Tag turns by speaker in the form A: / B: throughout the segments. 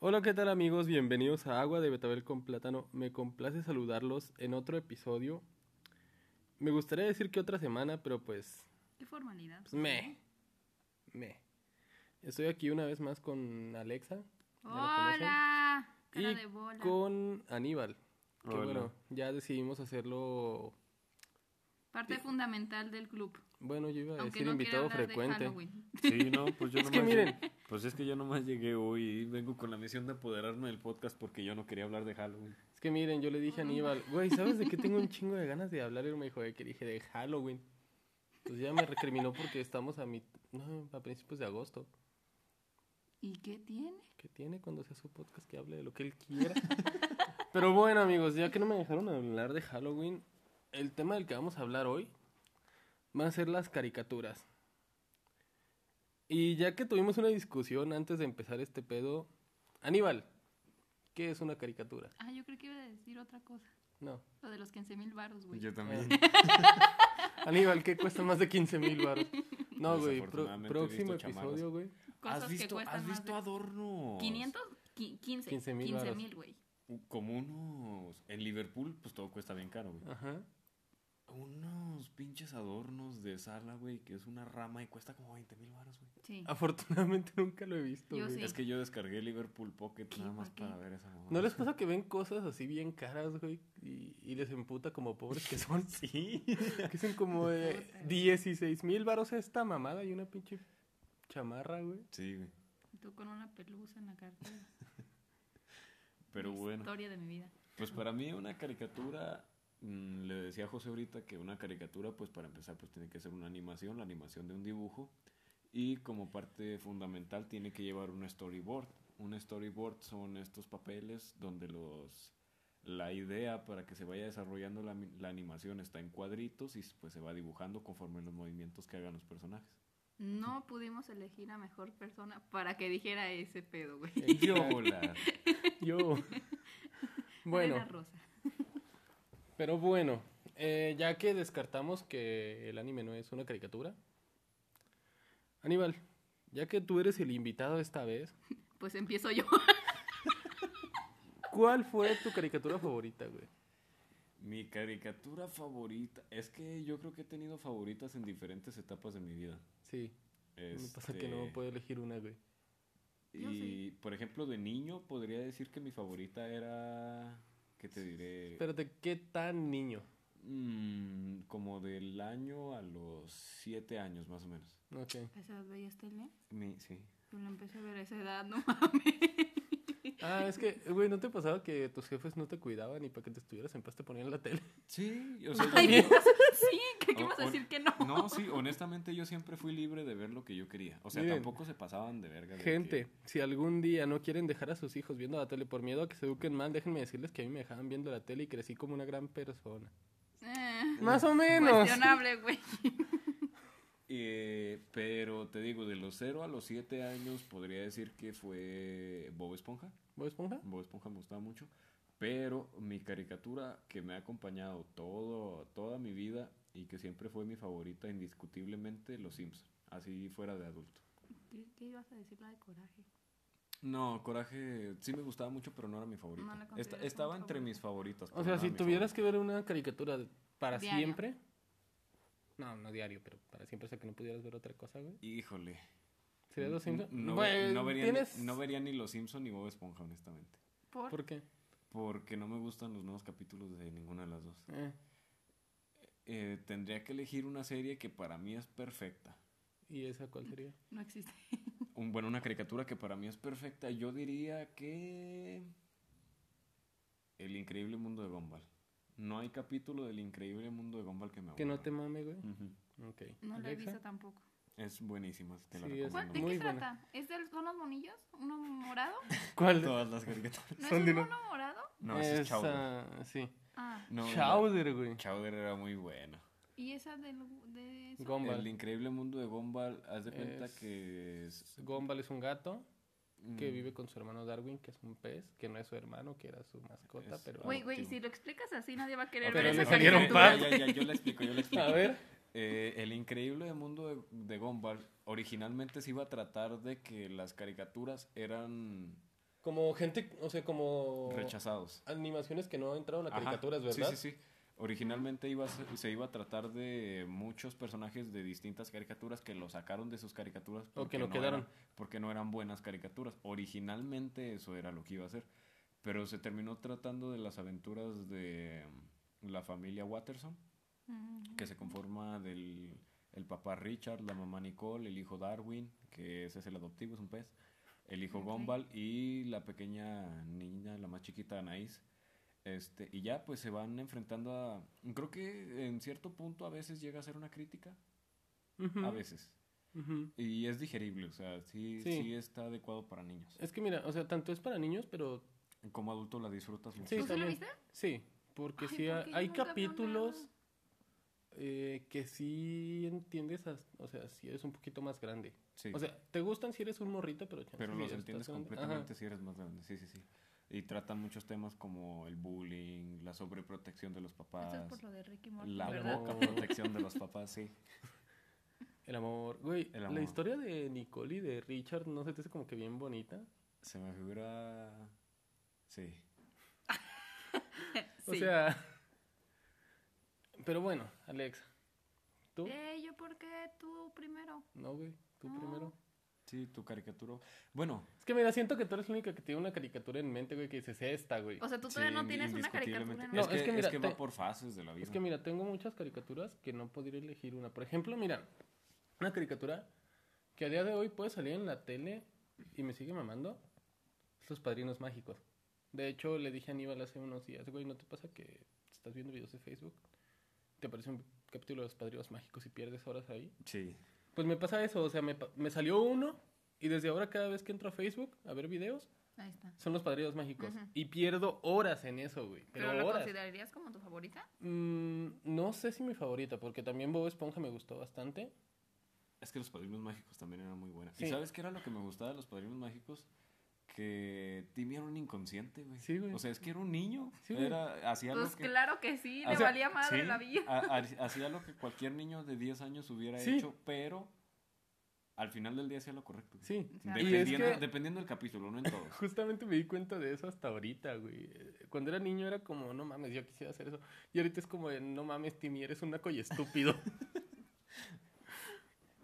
A: Hola, ¿qué tal amigos? Bienvenidos a Agua de Betabel con Plátano. Me complace saludarlos en otro episodio. Me gustaría decir que otra semana, pero pues,
B: Qué formalidad.
A: pues me. Me. Estoy aquí una vez más con Alexa. ya la conocen,
B: Hola. Cara
A: y
B: de bola.
A: con Aníbal. Que
C: Hola.
A: bueno, ya decidimos hacerlo.
B: Parte fundamental del club.
A: Bueno, yo iba a
B: Aunque
A: decir
B: no quiera
A: invitado
B: hablar de
A: frecuente.
B: Halloween.
C: Sí, no, pues yo
A: Es
C: nomás
A: que miren.
C: llegué- pues es que yo nomás llegué hoy y vengo con la misión de apoderarme del podcast porque yo no quería hablar de Halloween.
A: Es que miren, yo le dije a Aníbal, güey, ¿sabes de qué tengo un chingo de ganas de hablar? Y él me dijo, "¿De qué?". dije? De Halloween. Pues ya me recriminó porque estamos a mi... No, a principios de agosto.
B: ¿Y qué tiene?
A: ¿Qué tiene cuando sea su podcast que hable de lo que él quiera? Pero bueno, amigos, ya que no me dejaron hablar de Halloween, el tema del que vamos a hablar hoy van a ser las caricaturas. Y ya que tuvimos una discusión antes de empezar este pedo, Aníbal, ¿qué es una caricatura?
B: Ah, yo creo que iba a decir otra cosa.
A: No.
B: Lo de los 15 mil baros, güey.
C: Yo también.
B: Eh.
A: Aníbal, ¿qué cuesta más de 15 mil baros? No, güey, pro-
C: Desafortunadamente he
A: próximo
C: visto chamacos.
A: episodio, güey.
B: Cosas
C: ¿Has
B: que
C: visto,
B: cuestan
C: has
B: más
C: visto
B: de
C: adornos?
B: 500, Qui- 15,
A: 15 mil
B: 15
A: varos.
B: mil, güey.
C: U- Como unos. En Liverpool, pues todo cuesta bien caro, güey.
A: Ajá.
C: Unos pinches adornos de sala, güey, que es una rama y cuesta como 20 mil baros, güey.
B: Sí.
A: Ah. Afortunadamente nunca lo he visto,
B: Yo
A: güey.
B: sí.
C: Es que yo descargué Liverpool Pocket
B: ¿Qué?
C: nada más
B: ¿Para qué?
C: para ver esa mamada.
A: ¿No les pasa que ven cosas así bien caras, güey? Y, y les emputa como pobres que son.
C: Sí.
A: Que son como de
B: Puta.
A: 16 mil varos esta mamada y una pinche chamarra, güey.
C: Sí, güey.
B: Y Tú con una pelusa en la cartera.
C: Pero
B: La
C: bueno.
B: Historia de mi vida.
C: Pues para mí una caricatura, mm, le decía a José ahorita que una caricatura, pues para empezar, pues tiene que ser una animación, la animación de un dibujo. Y como parte fundamental tiene que llevar un storyboard. Un storyboard son estos papeles donde los la idea para que se vaya desarrollando la, mi- la animación está en cuadritos y pues se va dibujando conforme los movimientos que hagan los personajes.
B: No pudimos elegir a mejor persona para que dijera ese pedo,
A: Eh,
B: güey.
C: Yo
A: Yo.
B: Elena
A: Bueno,
B: Rosa.
A: pero bueno, eh, ya que descartamos que el anime no es una caricatura, Aníbal, ya que tú eres el invitado esta vez,
B: Pues empiezo yo.
A: ¿cuál fue tu caricatura favorita, güey?
C: Mi caricatura favorita, es que yo creo que he tenido favoritas en diferentes etapas de mi vida.
A: Sí, me pasa que no
C: Este,
A: puedo elegir una, güey.
B: Yo
C: Y, por ejemplo, de niño podría decir que mi favorita era, ¿qué te diré?
A: Espérate, ¿qué tan niño?
C: Mm, como del año a los siete años, más o menos.
A: Ok.
B: ¿A ¿Esa edad veías tele?
C: Mi- sí.
B: Yo la empecé a ver a esa edad, no mames.
A: Ah, es que, güey, ¿no te pasaba que tus jefes no te cuidaban y para que te estuvieras en paz te ponían la tele?
C: Sí, o sea, yo-
B: Ay, o sea, sí, ¿qué,
A: Oh,
B: qué
C: o-
B: vas a
C: o-
B: decir que no?
C: No, sí, honestamente yo siempre fui libre de ver lo que yo quería. O sea,
A: Miren,
C: tampoco se pasaban de verga. de que-
A: Gente, si algún día no quieren dejar a sus hijos viendo la tele por miedo a que se eduquen mal, déjenme decirles que a mí me dejaban viendo la tele y crecí como una gran persona.
B: Eh,
A: Más o menos.
B: cuestionable, güey.
C: Eh, pero te digo, de los cero a los siete años podría decir que fue Bob Esponja.
A: ¿Bob Esponja?
C: Bob Esponja me gustaba mucho. Pero mi caricatura que me ha acompañado todo, toda mi vida y que siempre fue mi favorita indiscutiblemente, Los Simpsons. Así fuera de adulto.
B: ¿Qué, qué ibas a decir la de coraje?
C: No, Coraje sí me gustaba mucho, pero no era mi favorita.
B: No la
C: Esta-
B: consideras
C: estaba
B: como
C: entre mis favoritas.
A: O
C: pero
A: sea,
C: no
A: si
C: era mi
A: tuvieras
C: favorita.
A: que ver una caricatura de- para
B: Diario.
A: siempre. No, no diario, pero para siempre, o sea, que no pudieras ver otra cosa, güey.
C: Híjole.
A: ¿Sería Los Simpsons?
C: No,
A: Güey,
C: no vería,
A: ¿tienes-
C: ni, no vería ni Los Simpsons ni Bob Esponja, honestamente.
B: Por,
A: ¿Por qué?
C: Porque no me gustan los nuevos capítulos de ninguna de las dos.
A: Eh,
C: Eh, tendría que elegir una serie que para mí es perfecta.
A: ¿Y esa cuál sería?
B: no existe.
C: un- bueno, una caricatura que para mí es perfecta. Yo diría que El increíble mundo de Gumball. No hay capítulo del increíble mundo de Gumball que me
A: Que no
C: aburra.
A: te mame, güey.
C: Ujú.
A: Ok.
B: No la he
A: Alexa.
B: visto tampoco.
C: Es buenísima, te la
A: Sí, es
B: ¿Cuál,
C: recomiendo.
B: ¿De
A: Muy
B: qué
A: buena.
B: trata? ¿Es de son los monillos? ¿Uno morado?
A: ¿Cuál?
C: Todas las caricaturas.
B: ¿No
A: Son
B: es
A: de
B: el
A: no-
B: mono morado?
C: No, ese es Chowder.
A: Esa- Sí.
B: Ah,
C: No, no,
A: Chowder, güey.
C: Chowder era muy bueno.
B: ¿y esa del, de eso?
A: Gumball.
C: El increíble mundo de Gumball, haz de cuenta
A: Es-
C: que es...
A: Gumball es un gato que
C: mm,
A: vive con su hermano Darwin, que es un pez, que no es su hermano, que era su mascota,
C: Es-
A: pero...
B: Güey, güey,
C: óptimo.
B: si lo explicas así nadie va a
C: Ok,
B: querer
A: Ah, Pero
B: ver
A: le
B: esa
A: salieron
B: caricatura.
A: patas.
C: Ya, ya, ya, yo la explico, yo la explico.
A: A ver,
C: Eh, el increíble mundo de, de Gumball originalmente se iba a tratar de que las caricaturas eran
A: Como gente, o sea, como...
C: Rechazados.
A: Animaciones que no han entrado en la
C: Ajá.
A: caricaturas, ¿verdad?
C: Sí, sí, sí. Originalmente iba a ser- se iba a tratar de muchos personajes de distintas caricaturas que lo sacaron de sus caricaturas
A: no
C: eran-
A: quedaron.
C: porque no eran buenas caricaturas. Originalmente eso era lo que iba a ser. Pero se terminó tratando de las aventuras de mm, la familia Watterson,
B: Mm.
C: que se conforma del el papá Richard, la mamá Nicole, el hijo Darwin, que ese es el adoptivo, es un pez, el hijo
B: Ok.
C: Gumball y la pequeña niña, la más chiquita Anaís. Este, y ya pues se van enfrentando a... Creo que en cierto punto a veces llega a ser una crítica,
A: Ujú,
C: a veces.
A: ujú.
C: Y es digerible, o sea, sí,
A: Sí.
C: sí. está adecuado para niños.
A: Es que mira, o sea, tanto es para niños, pero
C: Como adulto la disfrutas mucho.
A: Sí,
B: ¿Tú sí lo
A: también.
B: viste?
A: sí, porque
B: Ay,
A: sí
B: ¿por
A: ha-
B: qué yo
A: hay
B: nunca veo
A: capítulos
B: nada?
A: eh, que sí entiendes, as- o sea, si eres un poquito más grande.
C: Sí.
A: O sea, te gustan si eres un morrito, pero... chance
C: Pero
A: si
C: los
A: ya
C: entiendes
A: estás grande. Ajá.
C: completamente si eres más grande, sí, sí, sí. Y tratan muchos temas como el bullying, la sobreprotección de los papás,
B: Esto es por lo de Ricky Morty,
C: la
A: ¿verdad?
C: poca protección de los papás, sí.
A: El amor, güey,
C: El
A: la
C: amor.
A: historia de Nicole y de Richard, ¿no se te hace como que bien bonita?
C: Se me figura... Sí.
A: O
B: Sí.
A: sea... Pero bueno, Alexa, ¿tú?
B: Eh, ¿yo por qué tú primero?
A: No, güey, tú
B: No.
A: primero.
C: Sí, tu caricatura. Bueno,
A: Es que mira, siento que tú eres la única que tiene una caricatura en mente, güey, que dices esta, güey.
B: O sea, tú
C: sí,
B: todavía no
C: ind-
B: tienes una
C: indiscutiblemente.
B: caricatura.
A: No,
C: es, que,
A: es que
C: es
A: mira,
C: que
A: te-
C: va por fases de la vida.
A: Es que mira, tengo muchas caricaturas que no podría elegir una. Por ejemplo, mira, una caricatura que a día de hoy puede salir en la tele y me sigue mamando. es Los Padrinos Mágicos. De hecho, le dije a Aníbal hace unos días, güey, ¿no te pasa que estás viendo videos de Facebook? ¿Te aparece un capítulo de Los Padrinos Mágicos y pierdes horas ahí?
C: Sí.
A: Pues me pasa eso, o sea, me, pa- me salió uno y desde ahora cada vez que entro a Facebook a ver videos,
B: Ahí está.
A: son Los Padrinos Mágicos.
B: Ujú.
A: Y pierdo horas en eso, güey. Pero,
B: ¿Pero lo
A: horas.
B: considerarías como tu favorita?
A: Mm, no sé si mi favorita, porque también Bob Esponja me gustó bastante.
C: Es que los padrinos mágicos también eran muy buenas.
A: Sí.
C: ¿Y sabes qué era lo que me gustaba de los padrinos mágicos? Que Timmy era un inconsciente, güey.
A: Sí, güey.
C: O sea, es que era un niño.
A: Sí, güey.
C: era, hacía
B: Pues
C: lo que...
B: claro que sí, le
C: O sea,
B: valía madre
C: sí,
B: la vida.
C: ha- ha- Hacía lo que cualquier niño de 10 años hubiera
A: Sí.
C: hecho, pero al final del día hacía lo correcto. güey.
A: Sí.
B: sea,
A: Y es
C: Dependiendo,
A: que
C: dependiendo del capítulo, no en todos.
A: justamente me di cuenta de eso hasta ahorita, güey. Eh, Cuando era niño era como, no mames, yo quisiera hacer eso. Y ahorita es como, de, no mames, Timmy, eres un naco y estúpido.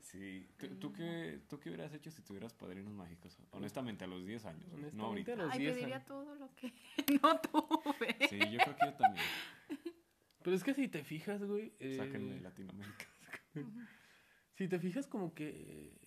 C: Sí. ¿Tú, tú qué, ¿Tú qué hubieras hecho si tuvieras padrinos mágicos? Honestamente, a los 10 años. No
A: Honestamente,
C: ahorita.
A: a los
B: Ay,
A: 10
B: pediría
A: años.
B: todo lo que no tuve.
C: Sí, yo creo que yo también.
A: Pero es que si te fijas, güey. eh,
C: Sáquenme de Latinoamérica.
A: Si te fijas, como que. eh,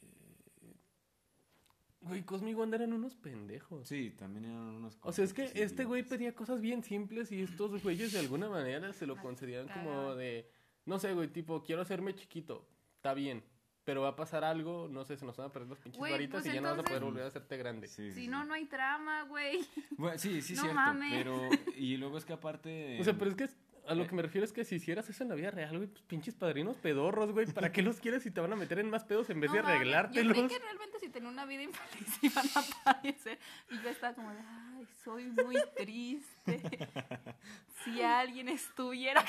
A: Güey, Cosme y Wanda eran unos pendejos.
C: Sí, también eran unos.
A: O sea, es que
C: sí, pues.
A: este güey
C: idiotas.
A: pedía cosas bien simples y estos güeyes de alguna manera se lo
B: Ah,
A: concedían como
B: cagado.
A: de, no sé, güey, tipo, quiero hacerme chiquito, está bien, pero va a pasar algo, no sé, se nos van a perder las pinches
B: Güey,
A: varitas
B: pues
A: y ya no vas a
B: entonces-
A: poder volver a hacerte grande.
C: Sí, sí,
B: Si
C: sí.
B: no, no hay trama, güey.
C: Bueno, sí, sí,
B: No
C: cierto.
B: mames.
C: Pero. Y luego es que aparte.
A: O sea, pero es que es- a lo que me refiero es que si hicieras eso en la vida real, güey, pues pinches padrinos pedorros, güey, ¿para qué los quieres si te van a meter en más pedos en vez
B: No
A: de
B: mames,
A: arreglártelos?
B: Yo creí que realmente si tenía una vida infeliz iban a aparecer. Y yo estaba como de, ay, soy muy triste. si alguien estuviera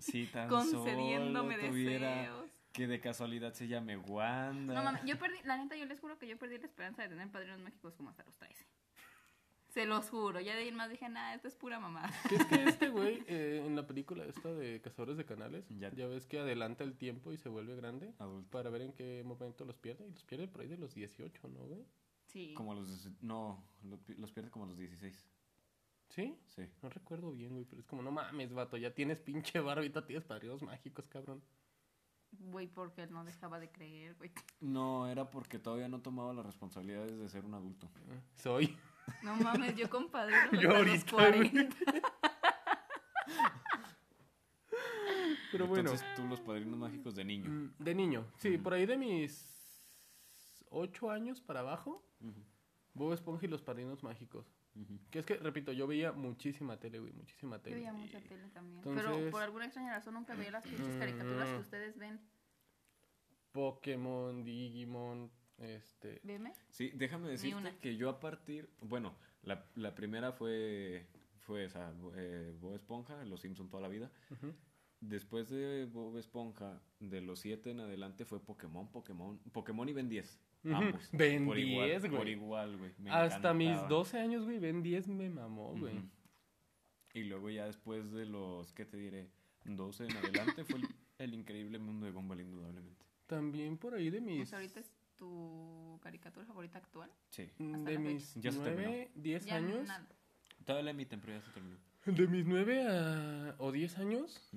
C: Sí, tan
B: concediéndome
C: solo tuviera
B: deseos.
C: Que de casualidad se llame Wanda.
A: Eh.
B: No mames, yo perdí, la neta, yo les juro que yo perdí la esperanza de tener padrinos mágicos como hasta los 13. Se los juro. Ya de ahí en más dije, nada, esto es pura mamá.
A: Es que este güey, eh, en la película esta de Cazadores de Canales, ya.
C: Ya.
A: ves que adelanta el tiempo y se vuelve grande.
C: Adulto.
A: Para ver en qué momento los pierde. Y los pierde por ahí de los 18, ¿no, güey?
B: Sí.
C: Como a los. dieci- No, lo pi- los pierde como a los 16.
A: ¿Sí?
C: Sí.
A: No recuerdo bien, güey, pero es como, no mames, vato, ya tienes pinche barba, ahorita tienes padrinos mágicos, cabrón.
B: Güey, porque él no dejaba de creer, güey.
C: No, era porque todavía no tomaba las responsabilidades de ser un adulto.
A: Ah, Soy.
B: No mames, yo compadre. hasta
A: Yo
B: los
A: ahorita,
B: 40.
A: Pero bueno,
C: Entonces tú los padrinos mágicos de niño.
A: mm, de niño, sí,
C: Ujú.
A: por ahí de mis 8 años para abajo,
C: Ujú,
A: Bob Esponja y los padrinos mágicos.
C: ujú.
A: Que es que, repito, yo veía muchísima tele, güey, muchísima
B: Yo
A: tele.
B: veía mucha tele también.
A: Entonces- Mm.
B: Pero por alguna extraña razón nunca veía las pinches caricaturas que ustedes ven.
A: Pokémon, Digimon, este...
B: ¿Veme?
C: Sí, déjame decirte
B: una.
C: que yo a partir, bueno, la, la primera fue, fue esa, Bo- eh, Bob Esponja, Los Simpson toda la vida.
A: ujú.
C: Después de Bob Esponja, de los 7 en adelante fue Pokémon, Pokémon, Pokémon y Ben 10.
A: Ujú.
C: Ambos.
A: Ben
C: por igual,
A: 10, güey.
C: Por igual, güey. me
A: Hasta mis
C: encantaban.
A: 12 años, güey, Ben 10 me mamó, güey.
C: Ujú. Y luego ya después de los, ¿qué te diré? 12 en adelante fue el, el increíble mundo de Gumball, indudablemente.
A: También por ahí de mis...
B: Pues ahorita es tu caricatura favorita actual.
C: Sí.
B: hasta
A: De
B: la
A: mis
C: Ya se terminó.
A: 9, 10
B: Ya
A: años.
B: nada.
C: Todavía mi temporada se terminó.
A: De mis 9 a, o 10 años,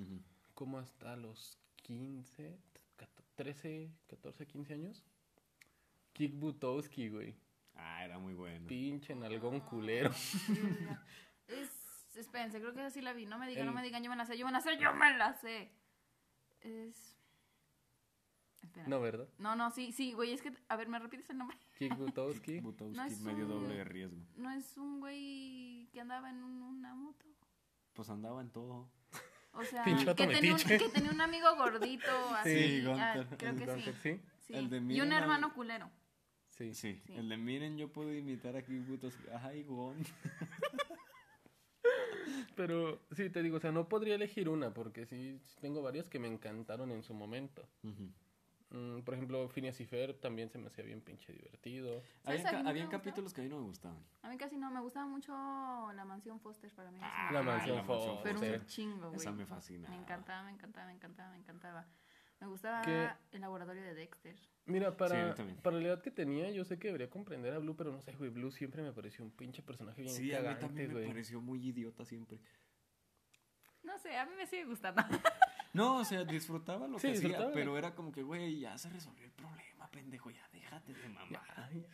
A: como hasta los 15, 14, 13, 14, 15 años. Kick Butowski, güey.
C: Ah, era muy bueno.
A: Pinche
B: Ah.
A: nalgón culero.
B: Mm, Es, espérense, creo que esa sí la vi. No me digan,
A: El-
B: no me digan, yo me la sé, yo me la sé, yo me la sé. Es. Espera.
A: No, ¿verdad?
B: No, no, sí, sí, güey, es que. A ver, ¿me repites el nombre?
A: Kick
C: Kick
A: Butowski.
C: Butowski,
B: No es
C: medio
B: un-
C: doble de riesgo.
B: No es un güey que andaba en un- una moto.
C: Pues andaba en todo.
B: O sea,
A: Pinche
B: que
A: vato
B: tenía, un,
A: metiche.
B: que tenía un amigo gordito, así. ah,
C: Gunther.
B: creo que sí.
A: Entonces, sí.
B: sí.
C: El de
B: y un
C: Miren al-
B: hermano culero.
A: Sí.
C: Sí,
B: Sí.
C: el de miren, yo puedo imitar a Kick Butowski. Ay, Gon.
A: Pero sí, te digo, o sea, no podría elegir una porque sí tengo varias que me encantaron en su momento. Mm, por ejemplo, Phineas y Ferb también se me hacía bien pinche divertido.
B: ¿Sabes a mí
C: Habían, ca-
B: me
C: habían
B: gustaba?
C: capítulos que a mí no me gustaban.
B: A mí casi no, me gustaba mucho la mansión Foster para mí.
C: Ah,
A: La mansión
C: la
A: Foster.
B: Pero
A: Foster.
B: un chingo, güey.
C: Esa me fascina.
B: Me encantaba, me encantaba, me encantaba, me encantaba. Me gustaba
A: ¿Qué?
B: el laboratorio de Dexter.
A: Mira,
C: Sí, a
A: para,
C: mí también.
A: para la edad que tenía, yo sé que debería comprender a Blue, pero no sé, güey, Blue siempre me pareció un pinche personaje bien
C: Sí, a mí
A: cagante,
C: también me
A: güey.
C: pareció muy idiota siempre.
B: No sé, a mí me sigue gustando.
C: No, o sea, disfrutaba lo
A: Sí,
C: que hacía,
A: disfrutaba.
C: pero era como que, güey, ya se resolvió el problema, pendejo, ya déjate de mamá.
A: Ay,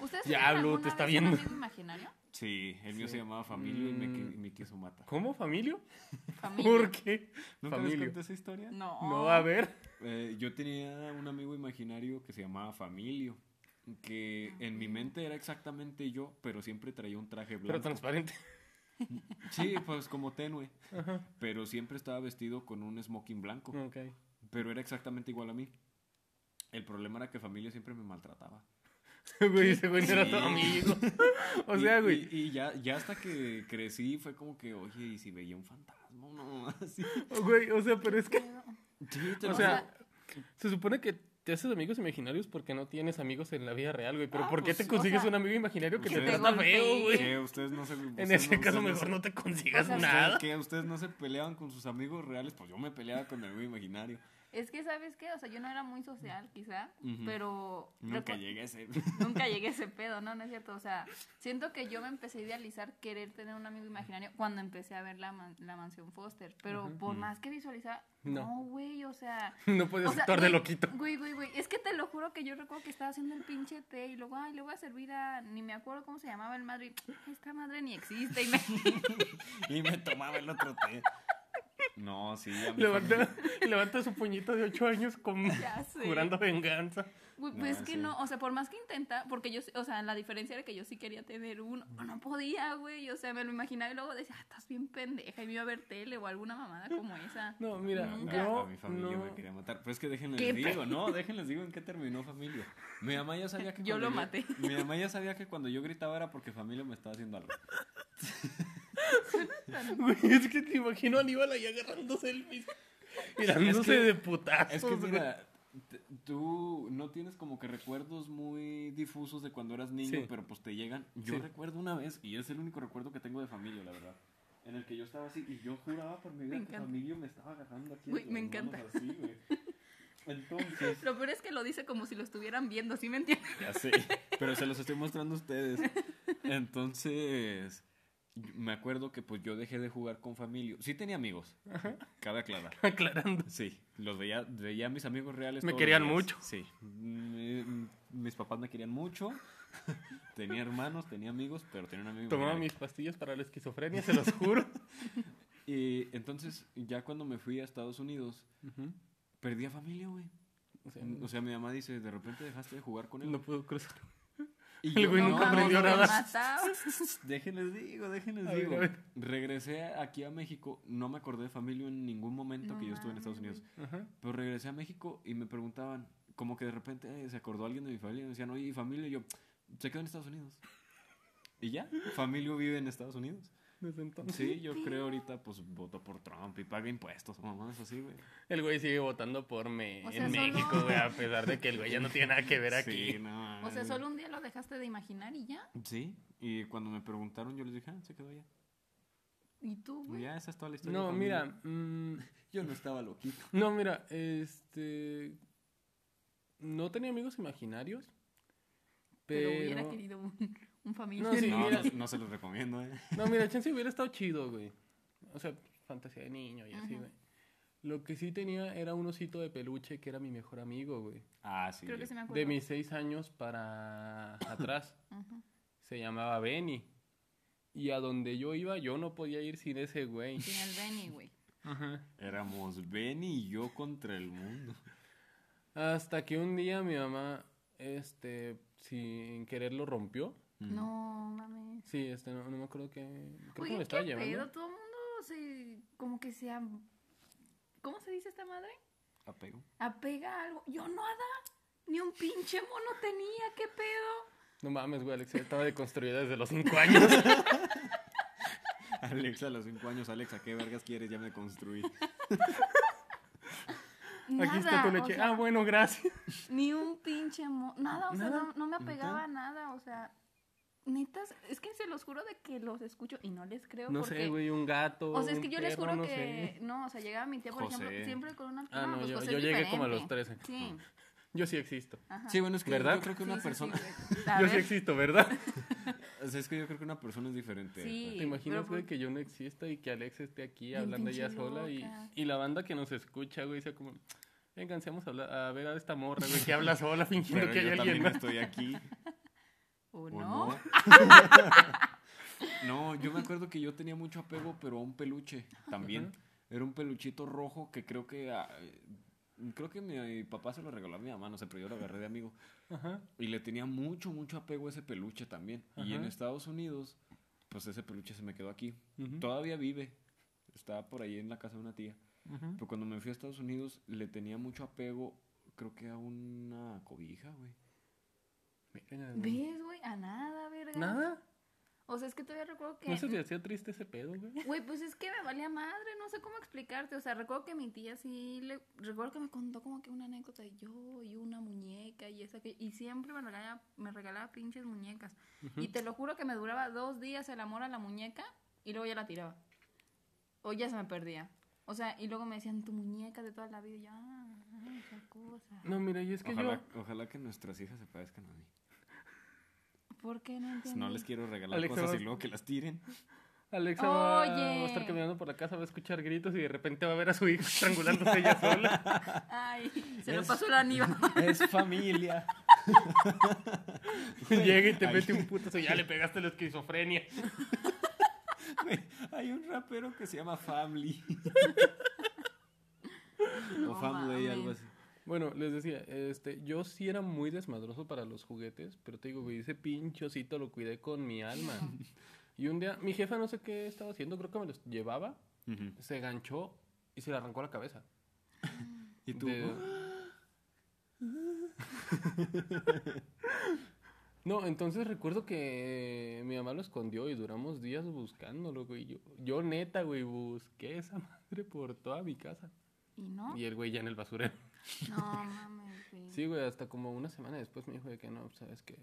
B: ¿Ustedes
A: Ya,
B: tuvieron
A: Blue,
B: alguna
A: te está
B: vez un
A: viendo.
B: amigo imaginario?
C: Sí, el mío
A: Sí.
C: se llamaba Familio y me, qui-
A: Mm.
C: y me quiso matar.
A: ¿Cómo, familia?
B: ¿Familia?
A: ¿Por qué?
C: ¿Nunca les
A: Familio.
C: conté esa historia?
B: No.
A: No, a ver.
C: Eh, yo tenía un amigo imaginario que se llamaba Familio, que en mi mente era exactamente yo, pero siempre traía un traje
A: Pero
C: blanco.
A: transparente.
C: Sí, pues como tenue, pero siempre estaba vestido con un smoking blanco,
A: Ok.
C: pero era exactamente igual a mí. El problema era que Familio siempre me maltrataba.
A: Güey, ese güey no era
C: Sí.
A: tu amigo. O
C: Y-
A: sea, güey.
C: Y, y ya, ya hasta que crecí fue como que, oye, ¿y si veía un fantasma o no? Así.
A: Güey, o sea, pero es que.
C: Sí, te
A: O
C: lo
A: sea, se supone que te haces amigos imaginarios porque no tienes amigos en la vida real, güey. Pero
C: Ah,
A: ¿por qué
C: pues,
A: te
C: o
A: consigues
B: sea,
A: un amigo imaginario que
C: que
A: te
C: te
A: trata feo,
B: golpee.
A: güey?
C: ¿Qué? Ustedes no se...
A: En
C: ustedes
A: ese
C: no-
A: caso,
C: ustedes no
A: mejor
C: se-
A: no te consigas
B: O sea,
C: ustedes
A: nada.
C: que ustedes no se peleaban con sus amigos reales, pues yo me peleaba con mi amigo imaginario.
B: Es que, ¿sabes qué? O sea, yo no era muy social, quizá,
C: Ujú.
B: pero...
C: Nunca
B: recu-
C: llegué a ser.
B: Nunca llegué a ese pedo, ¿no? No es cierto. O sea, siento que yo me empecé a idealizar querer tener un amigo imaginario cuando empecé a ver la, man- la mansión Foster. Pero por más que visualizaba,
A: Mm. No.
B: no, güey, o sea...
A: No puedes
B: O sea,
A: actuar de
B: güey,
A: loquito.
B: Güey, güey, güey. Es que te lo juro que yo recuerdo que estaba haciendo el pinche té y luego, ay, le voy a servir a. Ni me acuerdo cómo se llamaba el madre. y, Esta madre ni existe. Y me.
C: y me tomaba el otro té. No, sí, a mí
A: Levanta, levanta su puñito de 8 años con,
B: Ya sé.
A: jurando venganza.
B: Güey,
C: No,
B: pues es que
C: sí.
B: no. O sea, por más que intenta. Porque yo. O sea, la diferencia era que yo sí quería tener uno. pero No podía, güey. O sea, me lo imaginaba y luego decía, ah, estás bien pendeja. Y me iba a ver tele o alguna mamada como esa.
A: No, mira,
B: Mm,
C: No,
A: yo
C: a mi familia
A: no-
C: me quería matar. Pero es que déjenles
B: ¿Qué
C: digo,
B: pe-
C: ¿no? Déjenles digo en qué terminó familia. Mi mamá ya sabía que
B: Yo
C: cuando
B: lo maté.
C: Mi mamá ya sabía que cuando yo gritaba era porque familia me estaba haciendo algo.
A: Güey, es que te imagino a Aníbal ahí agarrándose el mismo. Mirándose
C: que-
A: de putazos.
C: Es que
B: Oh,
A: güey.
C: mira, t- tú no tienes como que recuerdos muy difusos de cuando eras niño,
A: Sí.
C: pero pues te llegan. Yo
A: Sí.
C: recuerdo una vez, y es el único recuerdo que tengo de familia, la verdad. En el que yo estaba así y yo juraba por mi vida
B: Me
C: que
B: encanta.
C: familia me estaba agarrando aquí.
B: Güey,
C: entre
B: me
C: las manos
B: encanta.
C: así, güey. Entonces,
B: Lo peor es que lo dice como si lo estuvieran viendo, ¿sí me entiendes?
C: Ya sé, pero se los estoy mostrando a ustedes. Entonces, yo- me acuerdo que pues yo dejé de jugar con familia. Sí tenía amigos, cabe aclarar.
A: Aclarando.
C: Sí, los veía, veía a mis amigos reales.
A: Me
C: todos los
A: querían
C: días.
A: mucho.
C: Sí, Mm, mm, mis papás me querían mucho. Tenía hermanos, tenía amigos, pero tenía un amigo.
A: Tomaba mis
C: imaginario.
A: pastillas para la esquizofrenia, se los juro.
C: Y entonces, ya cuando me fui a Estados Unidos, perdí a familia, güey.
A: O sea,
C: O sea, mi mamá dice, de repente dejaste de jugar con él.
A: no puedo cruzar.
C: Y
A: el güey
C: "No,
A: nunca
C: no,
A: aprendió
C: no,
B: me
A: nada".
B: mataba.
C: Déjenles digo, déjenles
A: A ver,
C: digo.
A: a ver.
C: Regresé aquí a México, no me acordé de familia en ningún momento
B: No
C: que yo estuve en Estados
B: mames.
C: Unidos.
A: Ajá.
C: Pero regresé a México y me preguntaban, como que de repente eh, se acordó alguien de mi familia y me decían, oye, ¿y familia? Y yo, se quedó en Estados Unidos. Y ya, familia vive en Estados Unidos.
A: desde entonces.
C: Sí, yo creo ahorita, pues voto por Trump y paga impuestos, mamás, así, güey.
A: El güey sigue votando por me
B: O sea,
A: en
B: solo-
A: México, güey, a pesar de que el güey ya no tiene nada que ver aquí.
C: Sí, no.
B: O sea, solo un día lo dejaste de imaginar y ya.
C: Sí, y cuando me preguntaron, yo les dije, ah, se quedó ya.
B: Y tú,
C: Y
B: güey.
C: Ya, esa es toda la historia.
A: No,
C: de familia.
A: mira, mm,
C: Yo no estaba loquito.
A: no, mira, este no tenía amigos imaginarios, pero,
B: Pero hubiera querido un, un familiar.
A: No, sí,
C: No,
A: mira.
C: no, no se los recomiendo, ¿eh?
A: No, mira, chance hubiera estado chido, güey. O sea, fantasía de niño y así,
B: Ajá.
A: güey. Lo que sí tenía era un osito de peluche que era mi mejor amigo, güey.
C: Ah, sí.
B: Creo que se me acuerdo.
A: De mis seis años para atrás.
B: Ajá.
A: Se llamaba Benny. Y a donde yo iba, yo no podía ir sin ese güey.
B: Sin el Benny, güey.
A: Ajá.
C: Éramos Benny y yo contra el mundo.
A: Hasta que un día mi mamá, este, sin querer lo rompió.
C: Mm.
B: No, mames.
A: Sí, este, no, no me acuerdo qué. Creo que me
B: Oye,
A: lo
B: ¿qué
A: estaba
B: pedo?
A: llevando.
B: Todo el mundo se... Como que se... am- ¿Cómo se dice esta madre?
C: Mm. Apego.
B: Apega a algo. Yo nada. Ni un pinche mono tenía. ¿Qué pedo?
A: No mames, güey, Alex, estaba deconstruida desde los cinco años.
C: Alexa, a los 5 años, Alexa, ¿qué vergas quieres? Ya me construí.
B: Nada.
A: Aquí está tu
B: o
A: leche.
B: sea,
A: Ah, bueno, gracias.
B: Ni un pinche mo... Nada, o sea,
A: Nada.
B: no, no me apegaba a nada, o sea... Netas, es que se los juro de que los escucho y no les creo
A: No
B: porque...
A: sé, güey, un gato.
B: O sea, es
A: un
B: que yo les
A: perro,
B: juro
A: no
B: que...
A: sé.
B: No, o sea, llegaba mi tía, por
C: José.
B: ejemplo, siempre con una...
A: Ah, no,
B: pues,
A: yo,
B: José
A: yo
B: es
A: llegué como a los
B: diferente.
A: 13.
B: Sí.
A: Yo sí existo.
B: Ajá.
C: Sí, bueno, es que
A: ¿Verdad?
C: yo creo que una
B: Sí, sí,
C: persona.
B: sí, güey. A
A: Yo sí
B: ver,
A: existo, ¿verdad?
C: o sea, es que yo creo que una persona es diferente.
B: Sí.
A: ¿Te imaginas,
B: pero
A: güey,
B: por-
A: que yo no exista y que Alex esté aquí
B: Bien
A: hablando
B: pinche
A: ella sola y,
B: loca.
A: y la banda que nos escucha, güey, sea como, vengan, vamos a, hablar- a ver a esta morra, güey, que habla sola fingiendo
C: Pero
A: que hay
C: yo
A: alguien
C: también
A: más.
C: estoy aquí.
B: ¿O
A: Pues
C: ¿O
B: no?
C: no? No, yo me acuerdo que yo tenía mucho apego, pero a un peluche también. Era un peluchito rojo que creo que... ah, eh, Creo que mi papá se lo regaló a mi mamá, no sé, pero yo lo agarré de amigo.
A: Ajá.
C: Y le tenía mucho, mucho apego a ese peluche también. Y en
A: Ajá.
C: Estados Unidos, pues ese peluche se me quedó aquí.
A: Ujú.
C: Todavía vive. Está por ahí en la casa de una tía.
A: Ujú.
C: Pero cuando me fui a Estados Unidos, le tenía mucho apego, creo que a una cobija, güey.
A: Mira, güey.
B: ¿Ves, güey? A nada, verga.
A: Nada.
B: O sea, es que todavía recuerdo que...
A: ¿No se te hacía triste ese pedo, güey?
B: Güey, pues es que me valía madre, no sé cómo explicarte. O sea, recuerdo que mi tía sí le. Recuerdo que me contó como que una anécdota de yo y una muñeca y esa que. Y siempre me regalaba, me regalaba pinches muñecas. Y te lo juro que me duraba dos días el amor a la muñeca y luego ya la tiraba. O ya se me perdía. O sea, y luego me decían tu muñeca de toda la vida. Y yo, ah, ah, esa cosa.
A: No, mira, y es que
C: Ojalá,
A: yo...
C: ojalá que nuestras hijas se parezcan a mí.
B: ¿Por qué no entiendo?
C: No les quiero regalar
A: Alexa,
C: cosas y
A: vas-
C: luego que las tiren.
A: Alexa va
B: Oye.
A: a estar caminando por la casa, va a escuchar gritos y de repente va a ver a su hija estrangulándose ella sola.
B: Ay, se lo
C: Es-
B: pasó la niva.
C: Es familia.
A: Llega y te
C: Ay.
A: mete un putazo y ya le pegaste la esquizofrenia.
C: Güey, Hay un rapero que se llama Family. o
B: No
C: Family,
B: mames.
C: algo así.
A: Bueno, les decía, este, yo sí era muy desmadroso para los juguetes, pero te digo, güey, ese pinchocito lo cuidé con mi alma. Y un día, mi jefa no sé qué estaba haciendo, creo que me los llevaba,
C: Ujú.
A: se ganchó y se le arrancó la cabeza.
C: ¿Y tú?
A: De- No, entonces recuerdo que mi mamá lo escondió y duramos días buscándolo, güey. Yo, yo neta, güey, busqué esa madre por toda mi casa.
B: ¿Y no?
A: Y el güey ya en el basurero.
B: No mames, güey.
A: Sí, güey, hasta como una semana después me dijo de que no, pues, sabes que...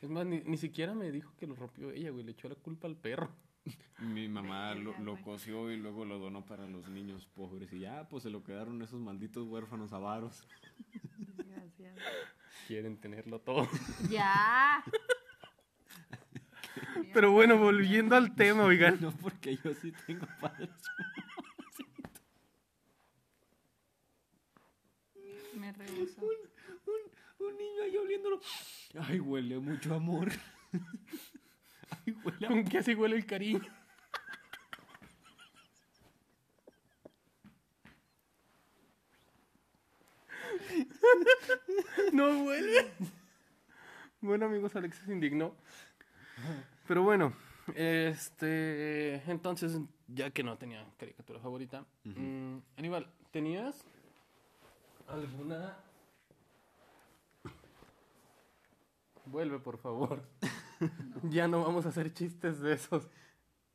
A: Es más, ni, ni siquiera me dijo que lo rompió ella, güey, le echó la culpa al perro.
C: Mi mamá lo,
B: Verga,
C: lo
B: güey.
C: coció y luego lo donó para los niños pobres. Y ya, pues se lo quedaron esos malditos huérfanos avaros.
B: Desgraciado.
A: Quieren tenerlo todo.
B: Ya.
A: Pero bueno, volviendo al tema, oigan.
C: No, porque yo sí tengo padres.
B: Me rehuso.
C: Un, un niño ahí oliéndolo. Ay, huele a mucho amor. Ay, huele a
A: Con que así huele el cariño. No huele. Bueno, amigos, Alex se indignó. Pero bueno, este. Entonces, ya que no tenía caricatura favorita, mm, Aníbal, ¿tenías alguna. Vuelve, por favor. Ya no vamos a hacer chistes de esos.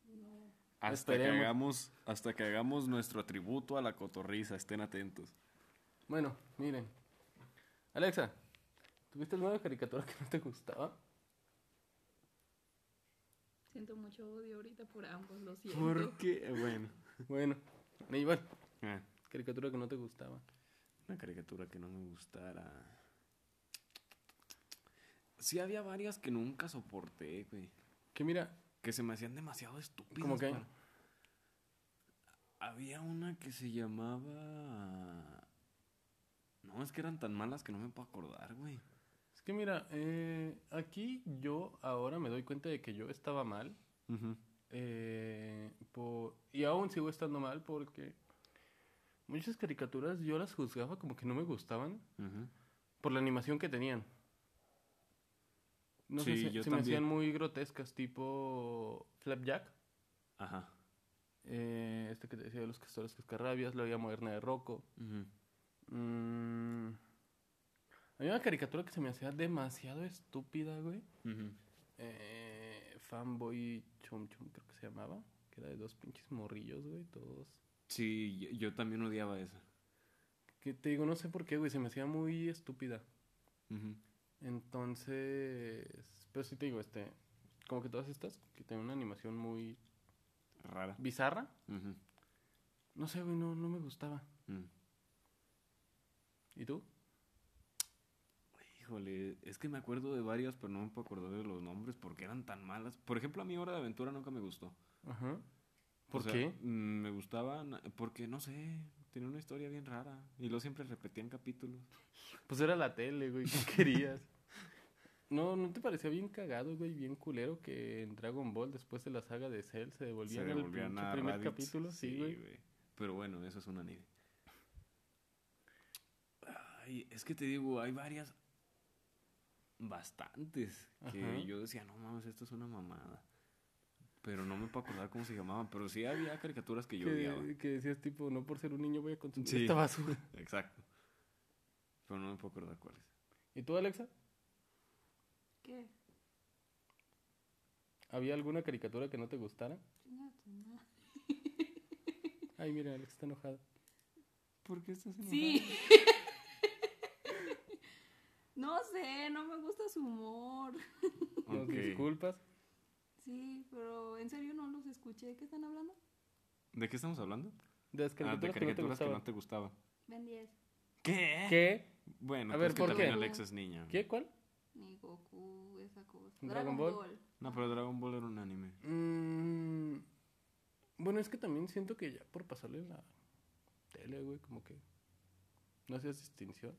B: No,
C: Hasta que
A: Esperemos.
C: hagamos, hasta que hagamos nuestro atributo a la cotorriza, estén atentos.
A: Bueno, miren. Alexa, ¿tuviste alguna caricatura que no te gustaba?
B: Siento mucho odio ahorita por ambos, lo siento.
C: Porque, Eh, bueno,
A: Bueno, Aníbal,
C: ah,
A: caricatura que no te gustaba.
C: una caricatura que no me gustara. Sí había varias que nunca soporté, güey.
A: Que mira,
C: Que se me hacían demasiado estúpidas.
A: ¿Cómo qué?
C: para- Había una que se llamaba... No, es que eran tan malas que no me puedo acordar, güey.
A: es que mira, eh, aquí yo ahora me doy cuenta de que yo estaba mal. eh, por- y aún sigo estando mal porque muchas caricaturas yo las juzgaba como que no me gustaban
C: Ujú.
A: por la animación que tenían. No sé,
C: Sí,
A: se,
C: yo
A: se me
C: también.
A: hacían muy grotescas, tipo Flapjack.
C: Ajá.
A: Eh, este que te decía de los castores cascarrabias, la vida moderna de Rocco.
C: Ujú.
A: Mm, había una caricatura que se me hacía demasiado estúpida, güey.
C: Ujú.
A: Eh, Fanboy Chum Chum, creo que se llamaba. Que era de dos pinches morrillos, güey, todos.
C: Sí, yo, yo también odiaba esa.
A: Que te digo, no sé por qué, güey, se me hacía muy estúpida.
C: Ujú.
A: Entonces, pero sí te digo, este, como que todas estas, que tienen una animación muy
C: Rara.
A: bizarra,
C: Ujú.
A: no sé, güey, no, no me gustaba.
C: Mm.
A: ¿Y tú?
C: Híjole, es que me acuerdo de varias, pero no me puedo acordar de los nombres porque eran tan malas. Por ejemplo, a mí Hora de Aventura nunca me gustó.
A: Ajá.
C: O
A: ¿Por
C: sea,
A: qué?
C: mm, Me gustaban porque, no sé, tenía una historia bien rara. Y luego siempre repetían capítulos.
A: Pues era la tele, güey, ¿qué querías? No, ¿no te parecía bien cagado, güey, bien culero que en Dragon Ball, después de la saga de Cell, se devolvían al
C: devolvían
A: pinche primer
C: Raditz.
A: capítulo? Sí, güey.
C: Pero bueno, eso es un anime. Ay, es que te digo, hay varias, bastantes, que
A: Ajá.
C: yo decía, no mames, esto es una mamada. Pero no me puedo acordar cómo se llamaban, pero sí había caricaturas que yo odiaba.
A: Que, que decías, tipo, no por ser un niño voy a consumir
C: Sí.
A: esta basura.
C: Exacto. Pero no me puedo acordar cuáles.
A: ¿Y tú, Alexa?
B: ¿Qué?
A: ¿Había alguna caricatura que no te gustara?
B: Chinga tu madre.
A: Ay, mira, Alexa está enojada.
C: ¿Por qué estás
B: Sí. no sé, no me gusta su humor.
A: Nos disculpas.
B: Sí, pero en serio no los escuché. ¿De qué están hablando?
C: ¿De qué estamos hablando?
A: De las
C: Ah,
A: caricaturas,
C: de caricaturas
A: que
C: que
A: no
C: no
A: te gustaban.
C: te gustaban.
B: Ben 10,
C: ¿Qué?
A: ¿Qué?
C: Bueno,
A: A
C: pues
A: ver,
C: es que
A: ¿por
C: también
A: qué?
C: Alexa es niña.
A: ¿Qué? ¿Cuál?
B: ni Goku, esa cosa.
A: Dragon
B: Dragon,
A: Ball.
B: Ball.
C: No, pero Dragon Ball era un anime.
A: Mm, bueno, es que también siento que ya por pasarle en la tele, güey, como que no hacías distinción.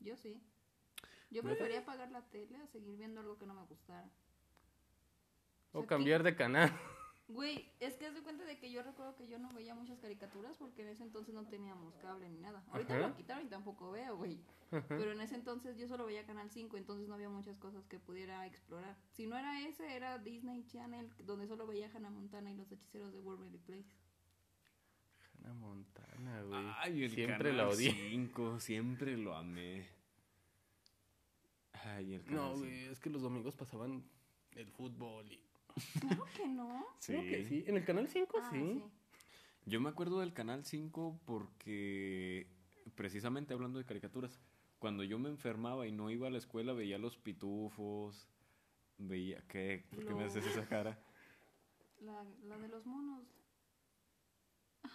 B: Yo sí. Yo
A: ¿Neta?
B: prefería apagar la tele a seguir viendo algo que no me gustara.
A: O
B: sea,
A: cambiar de canal.
B: Güey, es que haz de cuenta de que yo recuerdo que yo no veía muchas caricaturas porque en ese entonces no teníamos cable ni nada. Ahorita
A: Ajá.
B: lo quitaron y tampoco veo, güey. Pero en ese entonces yo solo veía Canal 5, entonces no había muchas cosas que pudiera explorar. Si no era ese, era Disney Channel, donde solo veía Hannah Montana y los hechiceros de Waverly Place.
A: Hannah Montana, güey.
C: Ay, el
A: Siempre
C: Canal
A: la odié.
C: 5, siempre lo amé. Ay, el canal
A: No,
C: 5.
A: güey, es que los domingos pasaban el fútbol y...
B: Claro que no.
C: Sí.
A: Creo que sí. En el canal 5
B: Ah,
A: sí.
C: Yo me acuerdo del canal 5 porque precisamente hablando de caricaturas, cuando yo me enfermaba y no iba a la escuela veía los pitufos, veía qué, ¿por qué me
B: No.
C: haces esa cara?
B: La, la de los monos.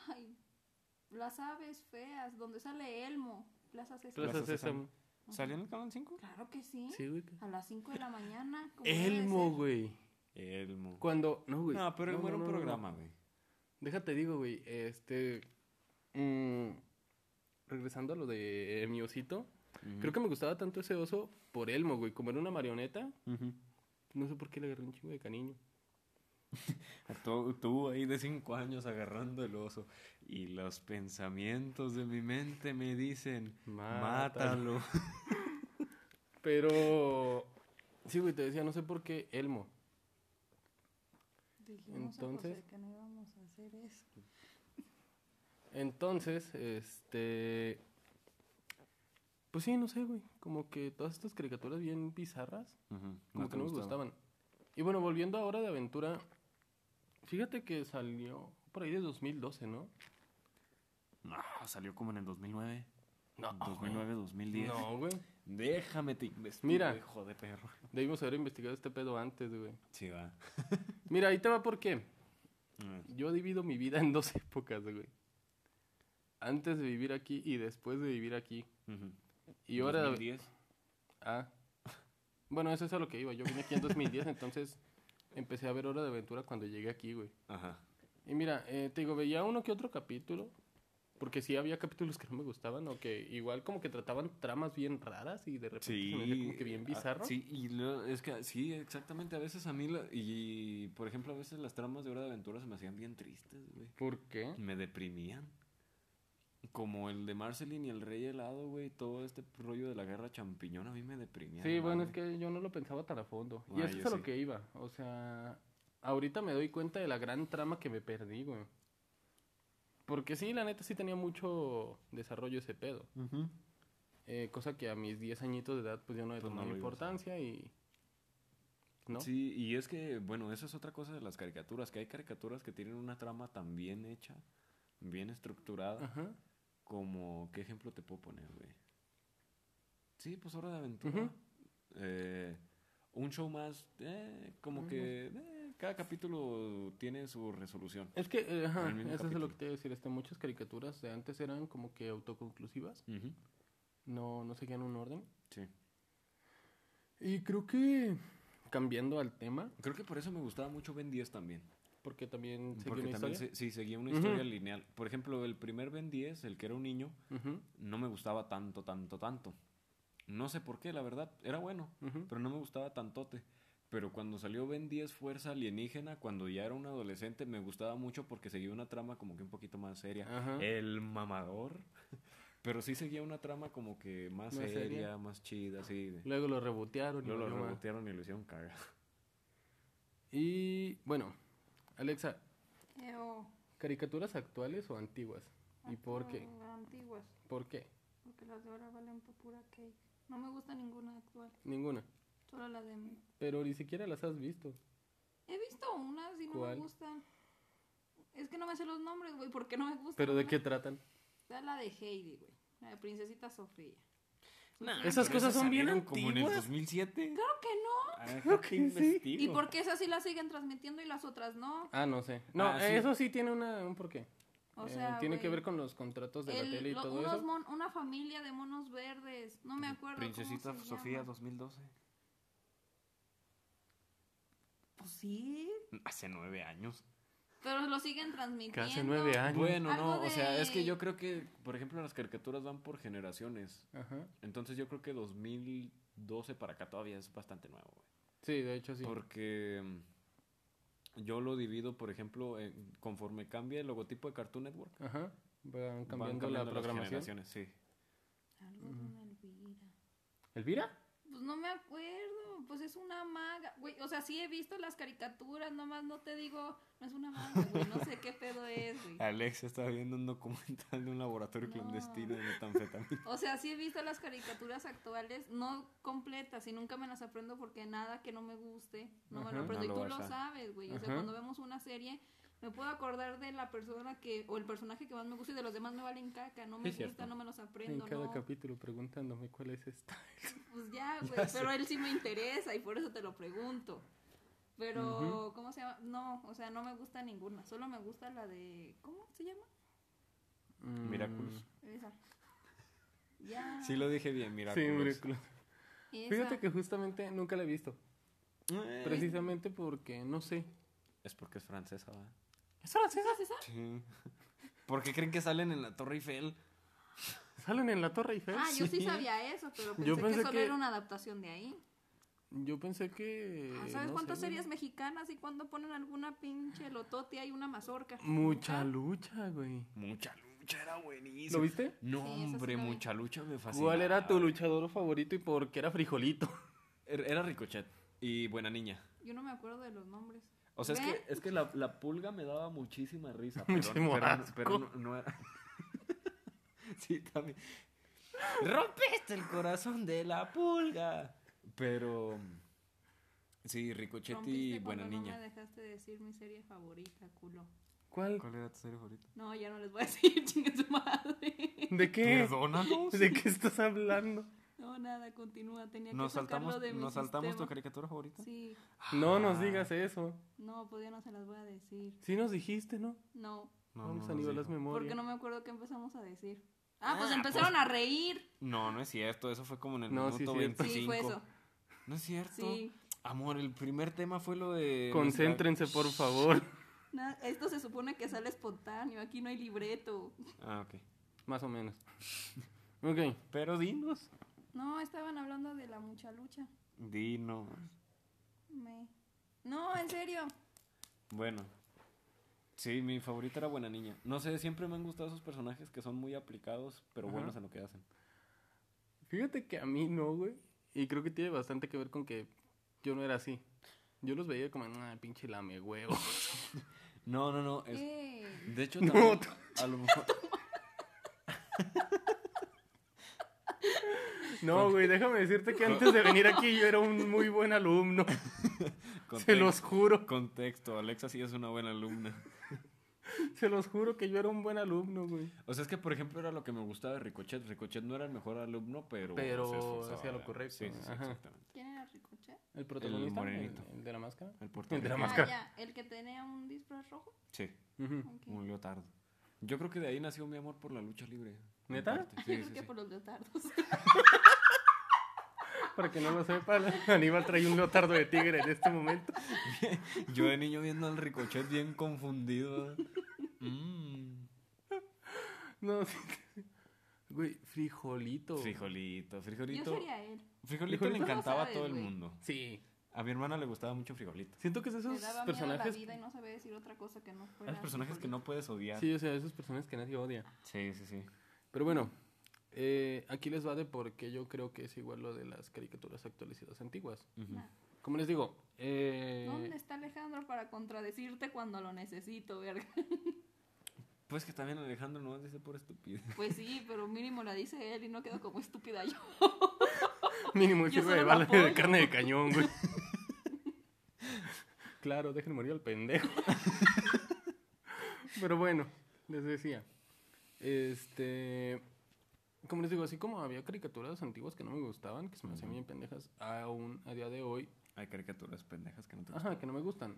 B: Ay, las aves feas, donde sale Elmo, Plaza Sésamo.
A: Plaza
C: Plaza
A: Sésamo.
B: Ajá.
C: ¿Salía en el canal 5?
B: Claro que sí.
A: Sí, güey.
B: A las 5 de la mañana. como debe de
A: Elmo,
B: ser.
A: güey.
C: Elmo.
A: Cuando... No, güey.
C: No, pero Elmo era un
A: no, no, no.
C: programa, güey.
A: Déjate digo, güey, este... mm, regresando a lo de mi osito, creo que me gustaba tanto ese oso por Elmo, güey, como era una marioneta,
C: Ujú.
A: no sé por qué le agarré un chingo de cariño.
C: Tú, tú ahí de cinco años agarrando el oso y los pensamientos de mi mente me dicen,
A: Mátalo.
C: mátalo.
A: Pero... Sí, güey, te decía, no sé por qué Elmo.
B: Dijimos a
A: Entonces-
B: José que no íbamos a hacer eso.
A: Entonces, este... Pues sí, no sé, güey, como que todas estas caricaturas bien bizarras,
C: Ujú,
A: como que
C: te
A: no me
C: gustaba.
A: gustaban. Y bueno, volviendo ahora de aventura, Fíjate que salió por ahí de 2012, ¿no?
C: No, salió como en el 2009.
A: No,
C: 2009, 2010.
A: Ah, No, güey.
C: Déjame te investigo,
A: Mira.
C: hijo de perro.
A: Debimos haber investigado este pedo antes, güey.
C: Sí, va.
A: Mira, ahí te va por qué.
C: Mm,
A: Yo divido mi vida en dos épocas, güey. Antes de vivir aquí y después de vivir aquí. Y ahora...
C: 2010.
A: Ah. Bueno, eso es a lo que iba. Yo vine aquí en 2010, entonces empecé a ver Hora de Aventura cuando llegué aquí, güey.
C: Ajá.
A: Y mira, eh, te digo, veía uno que otro capítulo, porque sí había capítulos que no me gustaban o que igual como que trataban tramas bien raras y de repente se me hacía como que bien
C: ah,
A: bizarro.
C: Sí, y lo- es que sí, exactamente. A veces a mí, la- y por ejemplo, a veces las tramas de Hora de Aventura se me hacían bien tristes, güey.
A: ¿Por qué?
C: Me deprimían. Como el de Marceline y el Rey Helado, güey. Todo este rollo de la guerra champiñón a mí me deprimía.
A: Sí,
C: no
A: bueno, es
C: mames.
A: que yo no lo pensaba tan a fondo. y
C: Ah,
A: eso
C: yo
A: es a lo
C: sí.
A: que iba. O sea, ahorita me doy cuenta de la gran trama que me perdí, güey. Porque sí, la neta sí tenía mucho desarrollo ese pedo. Eh, cosa que a mis 10 añitos de edad, pues yo no le
C: Pues no
A: tomaba
C: lo ibas a ver.
A: importancia y. ¿No?
C: Sí, y es que, bueno, esa es otra cosa de las caricaturas, que hay caricaturas que tienen una trama tan bien hecha, bien estructurada,
A: Ajá.
C: como, ¿qué ejemplo te puedo poner, güey? Sí, pues Hora de Aventura.
A: Ujú.
C: Eh, un show más, eh, como
A: Ujú.
C: que eh, cada capítulo tiene su resolución.
A: Es que, eh, ajá,
C: El
A: eso
C: mismo
A: es lo
C: capítulo.
A: que te iba a decir. Este, muchas caricaturas de antes eran como que autoconclusivas.
C: Ujú,
A: No, no seguían un orden.
C: Sí.
A: Y creo que. Cambiando al tema,
C: Creo que por eso me gustaba mucho Ben 10 también.
A: porque también seguía
C: Porque
A: una
C: también,
A: historia.
C: se- sí, seguía una
A: Ujú.
C: historia lineal. Por ejemplo, el primer Ben 10, el que era un niño,
A: Ujú,
C: no me gustaba tanto, tanto, tanto. No sé por qué, la verdad, era bueno,
A: ujú.
C: pero no me gustaba tantote. Pero cuando salió Ben 10 Fuerza Alienígena, cuando ya era un adolescente, me gustaba mucho porque seguía una trama como que un poquito más seria.
A: Ajá.
C: El mamador. Pero sí seguía una trama como que más,
A: Más
C: seria,
A: seria.
C: más chida, así. de-
A: Luego lo rebotearon. y
C: Luego lo
A: valió madre.
C: rebotearon y lo hicieron caga.
A: Y bueno, Alexa,
B: Eh, oh,
A: ¿caricaturas actuales o antiguas? ¿Y por qué?
B: ah, Antiguas,
A: ¿Por qué?
B: porque las de ahora valen pa' pura cake. No me gusta ninguna actual,
A: Ninguna.
B: solo la de...
A: Pero ni siquiera las has visto.
B: Pues He visto unas y no
A: ¿Cuál?
B: me gustan. Es que no me sé los nombres, güey, porque no me gustan.
A: ¿Pero de
B: Una-
A: qué tratan?
B: Está la de Heidi, güey, la de Princesita Sofía.
A: Esas
C: Pero
A: cosas
C: esas
A: son bien
C: salieron Como en el
A: antiguas.
C: 2007.
B: Claro que no.
C: Creo que
B: ¿Y por qué esas sí las siguen transmitiendo y las otras no?
A: Ah, no sé. No,
C: Ah, sí.
A: eso sí tiene una, un porqué.
B: O
A: Eh,
B: sea,
A: tiene que
B: güey,
A: ver con los contratos de
B: el-
A: la tele y
B: lo-
A: todo
B: unos
A: eso.
B: mon- una familia de monos verdes. No me acuerdo. cómo
C: Princesita
B: se
C: Sofía
B: llama.
C: 2012.
B: Pues sí.
C: Hace nueve años.
B: Pero lo siguen transmitiendo.
A: Casi nueve años.
C: Bueno,
B: Algo
C: no, o sea, es que
B: de-
C: yo creo que, por ejemplo, las caricaturas van por generaciones.
A: Ajá.
C: Entonces yo creo que 2012 para acá todavía es bastante nuevo, güey.
A: Sí, de hecho sí.
C: Porque mm, yo lo divido, por ejemplo, en- conforme cambia el logotipo de Cartoon Network.
A: Ajá. Van cambiando,
C: van
A: la
C: las
A: programación.
C: generaciones, sí.
B: Algo de una Elvira.
A: ¿Elvira?
B: Pues no me acuerdo. Pues es una maga. Güey, o sea, sí he visto las caricaturas. Nomás no te digo. No es una maga, güey. No sé qué pedo es, güey.
C: Alex estaba viendo un documental de un laboratorio
B: No.
C: clandestino de metanfetamina.
B: O sea, sí he visto las caricaturas actuales, no completas, y nunca me las aprendo porque nada que no me guste, no me
A: Ajá.
B: lo aprendo.
C: No lo
B: y tú
C: vas
B: lo
C: a-
B: sabes, güey. O sea,
A: Ajá.
B: cuando vemos una serie, me puedo acordar de la persona que, o el personaje que más me gusta y de los demás me valen caca, no me
C: Es cierto.
B: gusta, no me los
A: En
B: aprendo,
A: cada
B: no.
A: capítulo preguntándome cuál es esta.
B: Pues ya, güey,
C: Ya sé.
B: pero él sí me interesa y por eso te lo pregunto. Pero, ¿cómo se llama? No, o sea, no me gusta ninguna, solo me gusta la de, ¿cómo se llama?
A: Mm.
C: Miraculous.
B: Esa. Ya.
C: Sí lo dije bien,
A: Sí,
C: Miraculous.
A: Miraculous.
B: esa.
A: Fíjate que justamente nunca la he visto.
C: Eh,
A: Precisamente porque, no sé.
C: Es porque es francesa, ¿verdad?
A: ¿Es francesa?
B: ¿Es esa?
C: Sí. ¿Por qué creen que salen en la Torre Eiffel?
A: ¿Salen en la Torre Eiffel?
B: Ah, yo sí
C: Sí.
B: sabía eso, pero pensé,
A: Yo pensé
B: que solo
A: que-
B: era una adaptación de ahí.
A: Yo pensé que...
B: Ah, ¿Sabes
A: Eh, no
B: cuántas
A: sé, güey.
B: series mexicanas y cuando ponen alguna pinche lotote hay una mazorca? Ah,
A: Mucha
B: Nunca.
A: lucha, güey.
C: Mucha lucha, era buenísimo.
A: ¿Lo viste?
C: No,
B: Sí, esa sí
C: hombre,
B: la vi.
C: mucha lucha me fascinó.
A: ¿Cuál era tu luchador favorito y por qué era frijolito?
C: Er, Era Ricochet y Buena Niña.
B: Yo no me acuerdo de los nombres.
C: O sea, es
B: ¿Ven?
C: que, es que la, la pulga me daba muchísima risa, pero,
A: Muchísimo
C: pero-
A: asco.
C: pero no, no era. sí, también. Rompiste el corazón de la pulga. Pero. Sí, Ricochetti y
B: Rompiste
C: Buena
B: cuando No
C: Niña.
B: me dejaste decir mi serie favorita, culo.
A: ¿Cuál?
D: ¿Cuál era tu serie favorita?
B: No, ya no les voy a decir, chinga su madre.
A: ¿De qué?
D: Perdónanos.
A: ¿De qué estás hablando?
B: No, nada, continúa. Tenía
D: Nos
B: que sacarlo
D: saltamos,
B: de mi
D: nos saltamos tu
B: sistema.
D: caricatura favorita.
B: Sí,
A: No nos
D: Ah,
A: digas eso.
B: no, pues ya no se las voy a decir.
A: Sí nos dijiste, ¿no?
B: No,
C: Ah,
D: No,
A: Vamos
D: no
A: a
D: nos
A: nivelar las
D: dijo.
A: memorias.
B: porque no me acuerdo qué empezamos a decir. Ah, pues
D: Ah,
B: empezaron a reír.
D: No, no es cierto. Eso fue como en el
A: No, sí
D: minuto
A: es cierto.
D: 25.
B: Sí, fue eso.
D: No es cierto.
B: Sí.
D: Amor, el primer tema fue lo de.
A: Concéntrense, por favor.
B: Na- esto se supone que sale espontáneo. Aquí no hay libreto.
D: Ah, ok.
A: Más o menos. Ok.
D: Pero dinos.
B: No, estaban hablando de la mucha lucha.
D: Dinos.
B: Me- No, en serio.
D: Bueno.
C: Sí, mi favorita era Buena Niña. No sé, siempre me han gustado esos personajes que son muy aplicados, pero
A: Ajá.
C: buenos en lo que hacen.
A: Fíjate que a mí no, güey. Y creo que tiene bastante que ver con que yo no era así. Yo los veía como, ah, pinche lame huevo.
C: No, no, no. es-
B: Eh,
C: De hecho,
A: No,
C: también,
A: tú-
C: a lo mejor-
A: No, güey, déjame decirte que antes de venir aquí yo era un muy buen alumno. Se
C: context-
A: los juro.
C: Contexto, Alexa sí es una buena alumna.
A: Se los juro que yo era un buen alumno, güey.
C: O sea, es que por ejemplo era lo que me gustaba de Ricochet. Ricochet no era el mejor alumno, pero.
A: Pero
C: se esforzaba,
A: hacía lo
C: ¿verdad?
A: correcto,
C: Sí, sí, sí,
A: ajá.
C: exactamente.
B: ¿Quién era Ricochet?
A: El protagonista, el,
C: morenito.
A: el de la máscara.
C: El
A: El de la
C: puertorriqueño.
B: Ah,
A: máscara.
B: ya, el que tenía un disfraz rojo.
C: Sí,
A: Ujú.
B: Ok.
C: murió tarde. Yo creo que de ahí nació mi amor por la lucha libre. en
A: ¿Neta?
C: parte.
B: Yo
C: Sí,
B: creo
C: sí,
B: que
C: sí.
B: por los leotardos.
A: Para que no lo sepa, Aníbal trae un leotardo de tigre en este momento.
C: Yo de niño viendo al Ricochet bien confundido. Mm.
A: No, sí. Güey, frijolito.
C: Frijolito,
B: Yo
C: frijolito.
B: sería él.
C: Frijolito le
A: Frijolito.
C: encantaba a
B: Tú lo
C: todo el
B: sabes, güey.
C: mundo.
A: Sí.
C: A mi hermana le gustaba mucho Frijolito.
A: Siento que es de
B: Le
A: esos
B: daba miedo a la
A: personajes.
B: vida y no sabía decir otra cosa que no fuera.
C: Eran los personajes que no puedes odiar.
A: Sí, o sea, esos personajes que nadie odia.
C: sí, sí. sí.
A: Pero bueno, eh, aquí les va de por qué yo creo que es igual lo de las caricaturas actuales y las antiguas.
C: Ujú.
B: Nah.
A: Como les digo, eh,
B: ¿Dónde está Alejandro para contradecirte cuando lo necesito, verga?
C: Pues que también Alejandro no dice por estupidez.
B: Pues sí, pero mínimo la dice él y no quedo como estúpida yo.
A: mínimo
B: Yo
A: sirve de
B: solo lo
A: bala de
B: apoyo.
A: carne de cañón, güey. claro, dejen morir al pendejo. Pero bueno, les decía. Este. Como les digo, así como había caricaturas antiguas que no me gustaban, que se me hacían
C: Ujú.
A: bien pendejas, aún a día de hoy
C: Hay caricaturas pendejas que no te
A: Ajá, que no me gustan.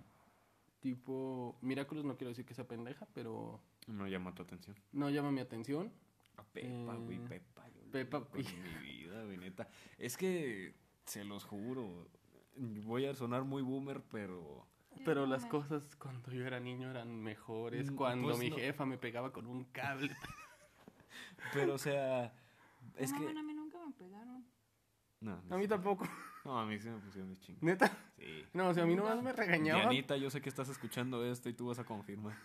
A: Tipo, Miraculous no quiero decir que sea pendeja, pero
C: No llama tu atención.
A: no llama mi atención.
C: A Pepa, güey,
A: Eh,
C: Pepa. yo lo
A: Pepa,
C: vi
A: güey.
C: Con mi vida, güey, neta. Es que, se los juro, voy a sonar muy boomer, pero...
A: Pero las cosas cuando yo era niño eran mejores,
C: Mm,
A: cuando
C: pues
A: mi
C: no.
A: jefa me pegaba con un cable.
C: Pero, o sea, es
B: no,
C: que...
B: bueno, a mí nunca me pegaron.
C: No,
A: A mí
C: sí.
A: tampoco,
C: No, a mí sí me pusieron de chingo.
A: neta.
C: Sí.
A: No, o sea, a mí nomás me regañaban.
C: Dianita, yo sé que estás escuchando esto y tú vas a confirmar.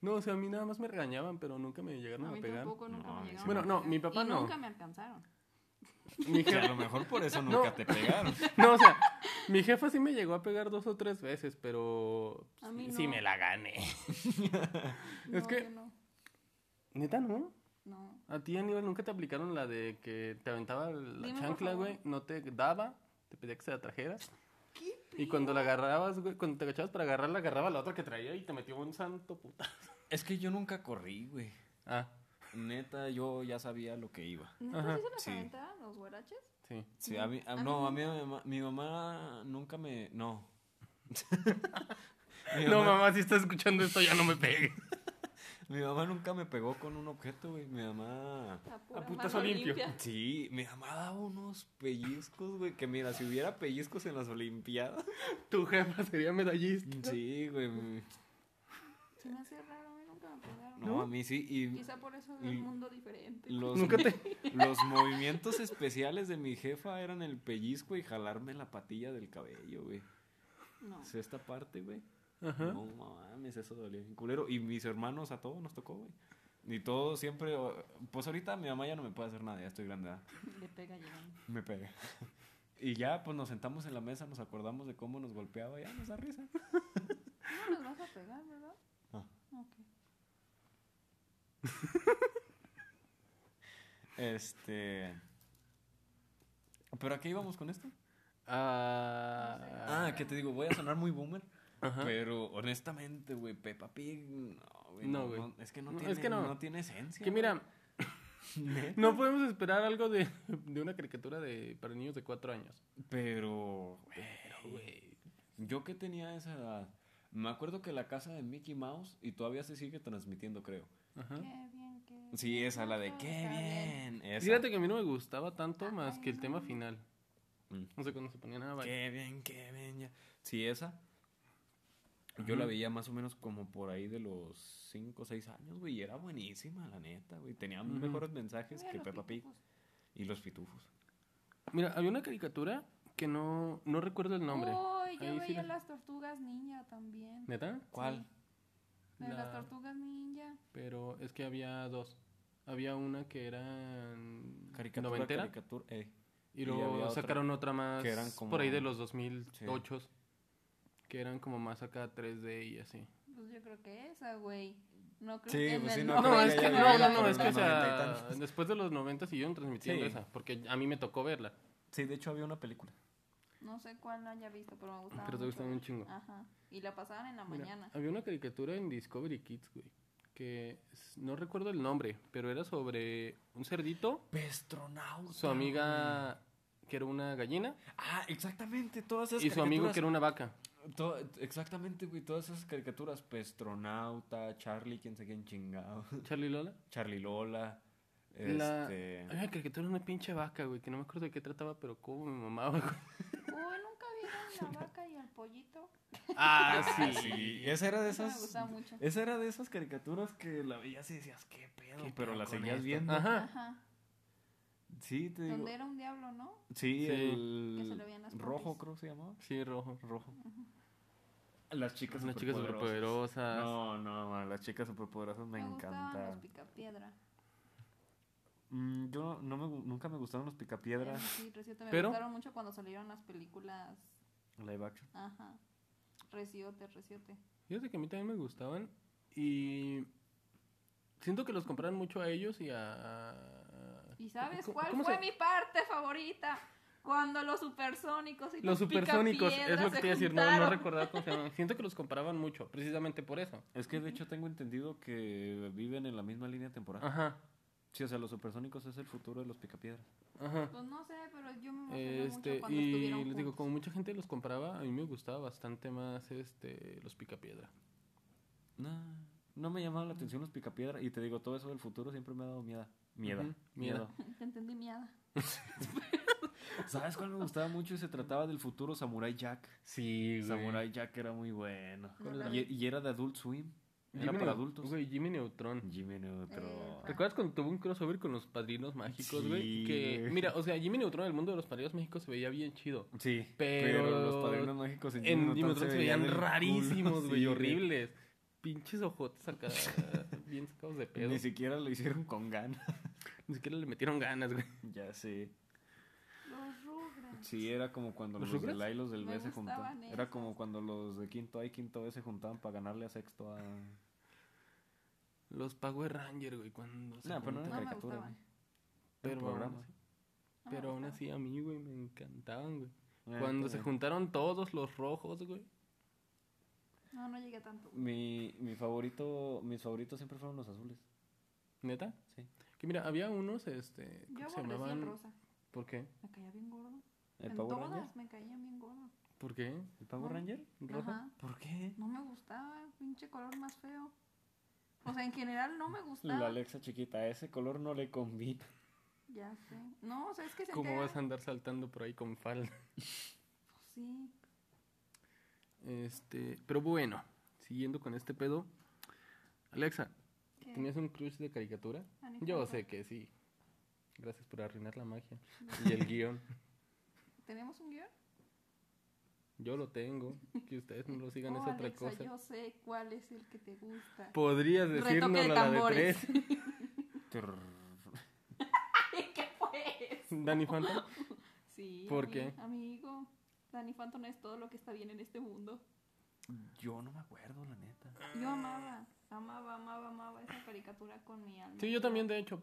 A: No, o sea, a mí nada más me regañaban, pero nunca me llegaron
B: a
A: a
B: mí
A: pegar.
B: tampoco nunca
C: No,
B: me
C: a mí sí
B: llegaron.
A: Bueno,
B: a
A: no,
B: pegar.
A: mi papá
B: y
A: no.
B: nunca me alcanzaron.
A: Mi
C: Que a
A: jefa-
C: lo mejor por eso nunca
A: No.
C: te pegaron.
A: No, o sea, mi jefa sí me llegó a pegar dos o tres veces, pero
B: A mí
A: sí
B: no.
A: me la gané.
B: No,
A: Es que-
B: yo no.
A: Neta, ¿no?
B: No.
A: ¿A ti, Aníbal, nunca te aplicaron la de que te aventaba la
B: Dime, por
A: chancla,
B: favor.
A: güey? No te daba, te pedía que se la trajeras.
B: ¿Qué
A: Y cuando la agarrabas, güey, cuando te agachabas para agarrarla, agarraba la otra que traía y te metió un santo puta.
C: Es que yo nunca corrí, güey.
A: Ah,
C: Neta, yo ya sabía lo que iba.
A: Ajá.
B: ¿Entonces sí se las
C: Sí.
B: aventaban los guaraches?
A: sí.
C: Sí, a mí, a-
B: A mí
C: no, a mí
B: nunca.
C: mi mamá, mi mamá nunca me... No. Mi
A: No,
C: mamá-
A: mamá, si estás escuchando esto, ya no me pegue.
C: Mi mamá nunca me pegó con un objeto, güey. Mi mamá...
B: La pura
A: A putazo
B: mano
A: limpio.
B: limpia.
C: Sí, mi mamá daba unos pellizcos, güey. Que mira, si hubiera pellizcos en las Olimpiadas.
A: Tu jefa sería medallista.
C: Sí, güey. mi-
B: Se me hace raro, a mí nunca me pegaron.
C: No, a mí sí. Y
B: Quizá por eso del
C: Mm.
B: mundo diferente.
C: los,
A: Nunca te...
C: los movimientos especiales de mi jefa eran el pellizco y jalarme la patilla del cabello, güey.
B: No.
C: Es esta parte, güey.
A: Ajá.
C: No mames, eso dolía bien culero. Y mis hermanos a todos nos tocó, güey. Y todo siempre. o- Pues ahorita mi mamá ya no me puede hacer nada, ya estoy grande. ¿verdad?
B: Le pega llegando.
C: Me pega. Y ya, pues nos sentamos en la mesa, nos acordamos de cómo nos golpeaba, ya nos da risa.
B: No nos vas a pegar, ¿verdad?
C: No.
B: Ok.
C: Este. ¿Pero a qué íbamos con esto?
A: Ah,
C: Ah, que te digo, voy a sonar muy boomer.
A: Ajá.
C: Pero honestamente, güey, Peppa Pig, no, güey.
A: No,
C: No,
A: güey.
C: no, es que no
A: No, es
C: tiene,
A: que no.
C: no. tiene esencia.
A: que mira,
C: güey.
A: no podemos esperar algo de, de una caricatura de, para niños de cuatro años.
C: Pero, güey. Yo que tenía esa edad. Me acuerdo que la casa de Mickey Mouse, y todavía se sigue transmitiendo, creo.
A: Ajá.
B: bien, qué
C: Sí, esa, la de
B: bonito,
C: qué
B: Ah, está
C: bien. Esa.
A: Fíjate que a mí no me gustaba tanto más que el
B: Ay,
A: tema
B: Ah, no.
A: final.
C: Mm.
A: No sé cuándo se ponían ah, a bailar.
C: Qué bien, qué bien. ya. Sí, esa. Yo la
A: Ujú.
C: veía más o menos como por ahí de los 5 o 6 años, güey. Y era buenísima, la neta, güey. Tenía
A: Ujú.
C: mejores mensajes
B: Mira
C: que
B: los
C: Peppa Pig
B: pitufos.
C: y los pitufos.
A: Mira, había una caricatura que no, no recuerdo el nombre.
B: Uy, yo
A: Ahí sí
B: veía
A: la-
B: las tortugas ninja también.
A: ¿Neta?
C: ¿Cuál?
B: De
A: La-
B: las tortugas ninja.
A: Pero es que había dos. Había una que era
C: Caricatura,
A: noventera
C: caricatura. eh.
A: y
C: y
A: luego
C: había otra
A: sacaron otra más
C: que eran como-
A: por ahí de los 2008 que eran como más acá 3D y así.
B: Pues yo creo que esa, güey. No creo
C: Sí,
B: que en
C: pues sí,
B: el
C: no
A: No,
C: creo
A: es
C: que
A: que
C: haya
A: no, no,
C: llegado
A: no,
C: por
A: es que o
C: los 90 y
A: sea,
C: tantos.
A: después de los 90 siguieron transmitiendo
C: Sí.
A: esa porque a mí me tocó verla.
C: Sí, de hecho había una película.
B: No sé cuál haya visto, pero me gustaba.
A: Pero te
B: mucho,
A: gustaba un
B: güey.
A: chingo.
B: Ajá. Y la pasaban en la
A: Mira,
B: mañana.
A: había una caricatura en Discovery Kids, güey, que es- no recuerdo el nombre, pero era sobre un cerdito,
C: Pestronauta.
A: su amiga que era una gallina
C: güey. Ah, exactamente, todas esas
A: y su amigo que era una vaca.
C: To- exactamente, güey, todas esas caricaturas. Pestronauta, Charlie, quién sé quién chingado.
A: Charlie Lola.
C: Charlie Lola.
A: La-
C: Este...
A: Había una caricatura de una pinche vaca, güey, que no me acuerdo de qué trataba, pero cómo me mamaba, güey.
B: Uy, nunca vieron la vaca y el pollito.
A: Ah,
C: Ah,
A: sí.
C: sí. Esa era de
B: Esa me
C: esas.
B: gustaba mucho.
C: Esa era de esas caricaturas que la veías y decías, qué pedo.
A: ¿Qué
C: pero
A: pedo
C: la
A: con
C: seguías
A: esto?
C: viendo.
A: Ajá.
B: Ajá.
C: Sí, te digo.
B: Donde era un diablo, ¿no?
A: Sí.
C: Sí, el.
B: Que se le veían las pompis.
C: rojo, creo que se llamaba.
A: Sí, rojo.
C: Rojo. Las chicas
A: Unas chicas
C: superpoderosas.
A: superpoderosas.
C: No, no, man, las chicas superpoderosas me,
B: Me, gustaban
C: encantaban.
B: los picapiedra.
C: Mm, yo no, no me gu- nunca me gustaron los
B: Eso
C: picapiedras.
B: Sí, reciente. Me
A: Pero-
B: gustaron mucho cuando salieron las películas.
C: Live action.
B: Ajá. Reciote, reciote.
A: Fíjate que a mí también me gustaban y siento que los compraron mucho a ellos y a...
B: ¿Y sabes
A: ¿Cómo-
B: cuál
A: cómo
B: fue
A: se-
B: mi parte favorita? Cuando los supersónicos y
A: Los
B: los
A: supersónicos, es lo
B: picapiedras
A: que
B: se
A: te iba a decir, no, no
B: juntaron.
A: recordaba cómo se llamaban. Siento que los comparaban mucho, precisamente por eso.
C: Es que de hecho tengo entendido que viven en la misma línea temporal.
A: Ajá,
C: Sí, o sea, los supersónicos es el futuro de los picapiedras.
A: ajá.
B: Pues no sé, pero yo me emocioné
A: Este,
B: mucho cuando
A: y
B: estuvieron
A: les digo,
B: juntos.
A: como mucha gente los compraba, a mí me gustaba bastante más este, los picapiedra.
C: No, no me llamaban la atención los picapiedra y te digo, todo eso del futuro siempre me ha dado miedo. Miedo.
A: Ujú,
C: miedo.
B: Te entendí miada.
C: ¿Sabes cuál me gustaba mucho? Y se trataba del futuro Samurai Jack.
A: Sí,
C: Samurai Jack era muy bueno.
B: ¿Cuál era?
C: Y, y era de Adult Swim. Era
A: Jimmy
C: para
A: Neu-
C: adultos.
A: Güey, Jimmy Neutron.
C: Jimmy Neutron.
B: Eh,
A: ¿Recuerdas cuando tuvo un crossover con los padrinos mágicos,
C: Sí,
A: güey? Que,
C: güey.
A: mira, o sea, Jimmy Neutron en el mundo de los padrinos mágicos se veía bien chido.
C: Sí,
A: Pero-
C: pero, los padrinos mágicos en
A: En Jimmy Neutron se veían
C: del culo,
A: rarísimos,
C: sí,
A: güey,
C: horrible.
A: horribles. Pinches ojotes acá, bien sacados de pedo.
C: Ni siquiera lo hicieron con ganas.
A: Ni siquiera le metieron ganas, güey.
C: ya sé.
B: Los rubres.
C: Sí, era como cuando
A: ¿Los
C: los, de
A: Rugrats?
C: la y los del
B: Me
C: B se
B: gustaban
C: juntaban.
B: esos.
C: Era como cuando los de quinto A y quinto B se juntaban para ganarle a sexto A. Eh,
A: Los Power Rangers, güey, cuando se
C: Nah, pero no
A: juntan.
B: No
C: eran
B: me
C: caricaturas,
B: gustaban.
C: güey. Pero programa.
B: No me
A: Pero aún
B: gustaban.
A: así a mí, güey, me encantaban, güey.
C: Eh,
A: Cuando se
C: también.
A: juntaron todos los rojos, güey.
B: No, no llegué tanto.
C: Mi, mi favorito, mis favoritos siempre fueron los azules.
A: ¿Neta?
C: Sí.
A: Que mira, había unos, este... ¿cómo
B: Yo
A: se
B: aborrecí
A: llamaban?
B: el rosa.
A: ¿Por qué?
B: Me caía bien gordo.
C: ¿El
B: en
C: Power
B: todas
C: Ranger?
B: me caían bien gordo.
A: ¿Por qué?
C: ¿El Power
B: Ajá.
C: Ranger?
A: ¿Rojo?
B: Ajá.
C: ¿Por qué?
B: No me gustaba, pinche color más feo. O sea, en general no me
C: La
B: gustaba.
C: Alexa chiquita, a ese color no le combina.
B: Ya sé. No, o sea, es que se
A: ¿Cómo
B: entera-
A: vas a andar saltando por ahí con falda?
B: pues Sí.
A: Este, pero bueno, siguiendo con este pedo. Alexa,
B: ¿qué?
A: ¿tenías un crush de caricatura?
B: Ani
A: Yo
B: Franco.
A: sé que sí. Gracias por arruinar la magia y el guión.
B: ¿Tenemos un guión?
A: Yo lo tengo, que ustedes no lo sigan es
B: Oh,
A: otra
B: Alexa,
A: cosa.
B: Yo sé cuál es el que te gusta.
A: Podrías
B: Retoque
A: decirnos
B: de
A: la de
B: tambores.
A: tres.
B: ¿Qué fue eso?
A: Dani Phantom.
B: Sí.
A: ¿Por
B: ami-
A: qué?
B: Amigo, Danny Phantom es todo lo que está bien en este mundo.
C: Yo no me acuerdo, la neta.
B: Yo amaba, amaba, amaba, amaba esa caricatura con mi alma.
A: Sí, yo también, de hecho,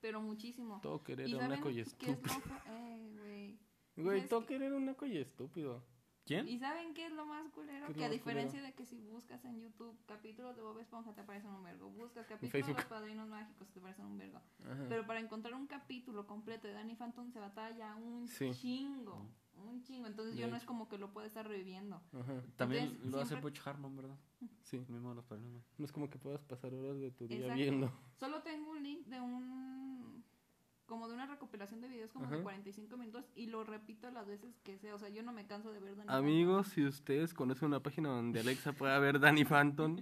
B: Pero muchísimo.
A: todo querer
B: ¿Y
A: era una
B: saben
A: coya
B: qué es lo
A: estúpida.
B: fe- eh, güey.
A: Güey,
B: Es que-
A: Tucker era un naco y estúpido.
C: ¿Quién?
B: ¿Y saben qué es lo más culero?
A: ¿Qué es
B: que
A: lo
B: a
A: más
B: diferencia de que si buscas en YouTube capítulos de Bob Esponja te aparecen un vergo. Buscas capítulos de
A: Facebook. Ah.
B: los padrinos mágicos te aparecen un vergo.
A: Ajá.
B: Pero para encontrar un capítulo completo de Danny Phantom se batalla un
A: Sí.
B: chingo. Un chingo. Entonces
A: De
B: yo no
A: hecho.
B: es como que lo pueda estar reviviendo.
A: Ajá,
C: También
B: Entonces,
C: lo hace
B: siempre-
C: Butch Harmon, ¿verdad?
A: sí.
C: El mismo de los padrinos. ¿no?
A: No es como que puedas pasar horas de tu día
B: Exacto.
A: viendo.
B: Solo tengo un link de un. Como de una recopilación de videos como de
A: Ajá.
B: 45 minutos y lo repito las veces que sea. O sea, yo no me canso de ver Danny
A: Amigos, si ustedes conocen una página donde Alexa pueda ver Danny Phantom,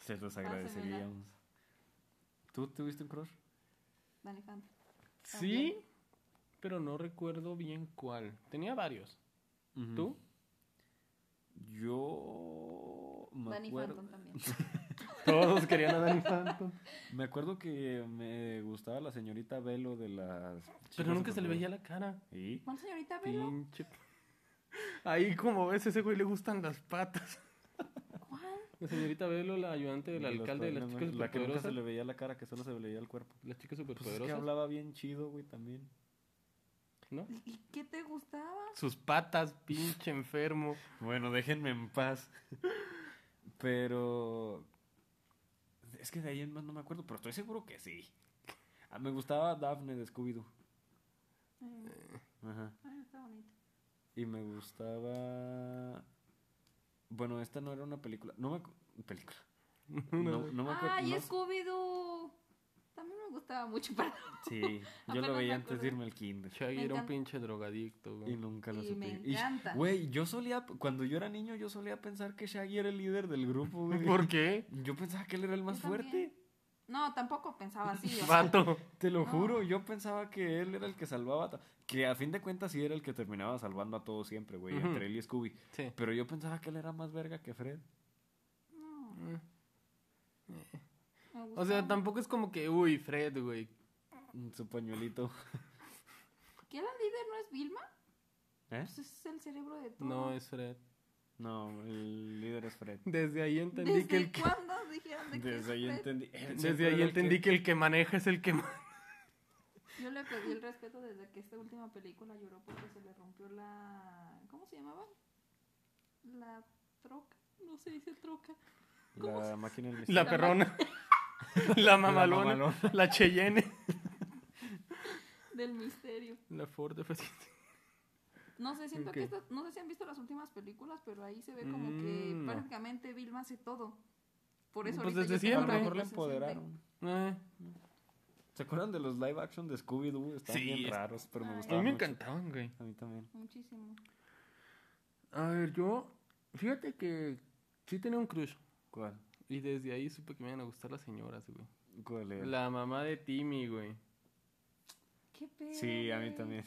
C: Se los
B: Pásenmela.
C: agradeceríamos. ¿Tú tuviste un crush?
B: Phantom. Danny Phantom.
A: sí, pero no recuerdo bien cuál. Tenía varios. ¿Tú?
C: Yo me
B: Danny
C: acuerdo,
B: Phantom también.
A: Todos querían a Danny Phantom.
C: me acuerdo que me gustaba la señorita Velo de las
A: Pero
C: chicas
A: nunca se le
C: superpoderosas.
A: veía la cara.
C: Sí.
B: Bueno, señorita, velo.
A: Pinche. Ahí, como ves, a ese güey le gustan las patas.
B: ¿Cuál?
A: La señorita Velo, la ayudante del
C: De los
A: alcalde de las
C: padrinos,
A: chicas
C: La que nunca se
A: superpoderosas.
C: le veía la cara, que solo se le veía el cuerpo.
A: Las chicas
C: Pues es que
A: superpoderosas,
C: hablaba bien chido, güey, también.
A: ¿no?
B: ¿Y qué te gustaba?
A: Sus patas, pinche enfermo.
C: Bueno, déjenme en paz. Pero. Es que de ahí en más no me acuerdo, pero estoy seguro que sí. Ah, me gustaba Daphne de Scooby-Doo.
B: Eh,
C: Ajá.
B: Ay, está bonito.
C: Y me gustaba. Bueno, esta no era una película. No me. acu- Película. No, no me acuerdo.
B: Ay,
C: no-
B: Scooby-Doo. También me gustaba mucho para.
C: Sí, yo
B: Apenas
C: lo
B: me
C: veía antes de
B: acordé.
C: irme al kinder.
A: Shaggy
B: Me
A: era un
B: encanta.
A: pinche drogadicto,
C: Y
A: güey.
C: nunca lo
B: Y
C: supe.
B: me
C: Y,
B: encanta.
C: Güey, yo solía. Cuando yo era niño, yo solía pensar que Shaggy era el líder del grupo, güey.
A: ¿Por qué?
C: Yo pensaba que él era el más
B: Yo también.
C: fuerte.
B: No, tampoco pensaba así. o sea,
A: Vato.
C: Te lo
B: No.
C: juro, yo pensaba que él era el que salvaba. a to- Que a fin de cuentas sí era el que terminaba salvando a todos siempre, güey.
A: Ujú.
C: Entre él y Scooby.
A: Sí.
C: Pero yo pensaba que él era más verga que Fred.
B: no, me
A: O sea,
B: gustaba.
A: tampoco es como que, uy, Fred, güey.
C: Mm, Su pañuelito.
B: ¿Que la líder no es Vilma?
C: ¿Eh?
B: Pues es el cerebro de todo.
A: No es Fred.
C: No, el líder es Fred.
A: Desde ahí entendí
B: ¿Desde
A: que el que.
B: cuándo dijeron de que es
C: Desde ahí
B: Fred?
C: entendí. él siempre
A: Desde ahí
C: era el
A: entendí que... el que maneja es el que. ma-
B: Yo le pedí el respeto desde que esta última película lloró porque se le rompió la. ¿Cómo se llamaba? La troca. No se dice troca. ¿Cómo
C: La máquina del misterio.
A: La perrona. La mamalona. La,
C: mamalona.
A: Cheyenne.
B: Del misterio.
A: La Ford
B: No sé, siento
A: Ok.
B: que estas- no sé si han visto las últimas películas, pero ahí se ve como
A: Mm,
B: que
A: no.
B: prácticamente Vilma hace todo. Por eso
A: Pues
B: ahorita
A: desde
B: yo tengo
C: A lo
A: siempre.
C: mejor la
B: depresión de-
C: empoderaron.
A: Eh,
C: ¿Se acuerdan de los live action de Scooby-Doo? Están
A: Sí,
C: bien
A: es-
C: raros, pero me
B: Ay.
A: A mí
C: gustaban.
A: me
C: mucho.
A: encantaban, güey.
C: A mí también.
B: Muchísimo.
A: A ver, yo. Fíjate que sí tenía un crush.
C: ¿Cuál?
A: Y desde ahí supe que me iban a gustar las señoras, güey.
C: ¿Cuál era?
A: La mamá de Timmy, güey.
B: ¿Qué pedo?
C: Sí, a mí
B: güey?
C: también.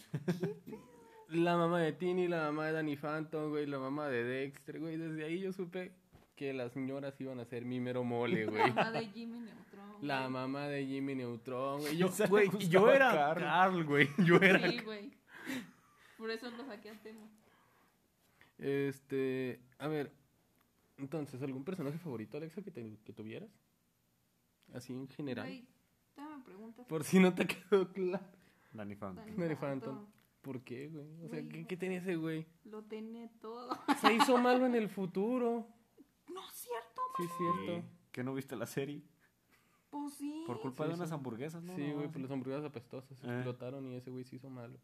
A: La mamá de Tini, la mamá de Danny Phantom, güey, la mamá de Dexter, güey. Desde ahí yo supe que las señoras iban a ser mi mero mole,
B: La
A: güey.
B: mamá de Jimmy Neutron.
A: La
B: güey.
A: mamá de Jimmy Neutron, güey. Yo,
C: Esa le
A: güey,
C: gustaba
A: yo
C: a
A: era
C: Carl.
A: Carl, güey. Yo era.
B: Sí, güey. Por eso lo saqué a tema.
A: Este, a ver. Entonces, ¿algún personaje favorito, Alexa, que, te- que tuvieras? Así en general.
B: Güey, todavía me preguntas.
A: Por si no te quedó claro.
C: Danny Phantom.
B: Danny
A: Danny
B: Phantom.
A: Phantom. ¿Por qué, güey? O sea,
B: Güey,
A: ¿qué,
B: no.
A: qué tenía ese güey?
B: Lo tiene todo.
A: Se hizo malo en el futuro.
B: No es cierto.
A: Sí, es cierto.
C: ¿Qué no viste la serie?
B: Pues sí.
C: Por culpa
A: Sí,
C: de
A: sí.
C: unas hamburguesas,
B: Pues
C: ¿no?
A: Sí,
C: Nada
A: güey,
C: más.
A: por las hamburguesas apestosas
C: Eh.
A: explotaron y ese güey se hizo malo.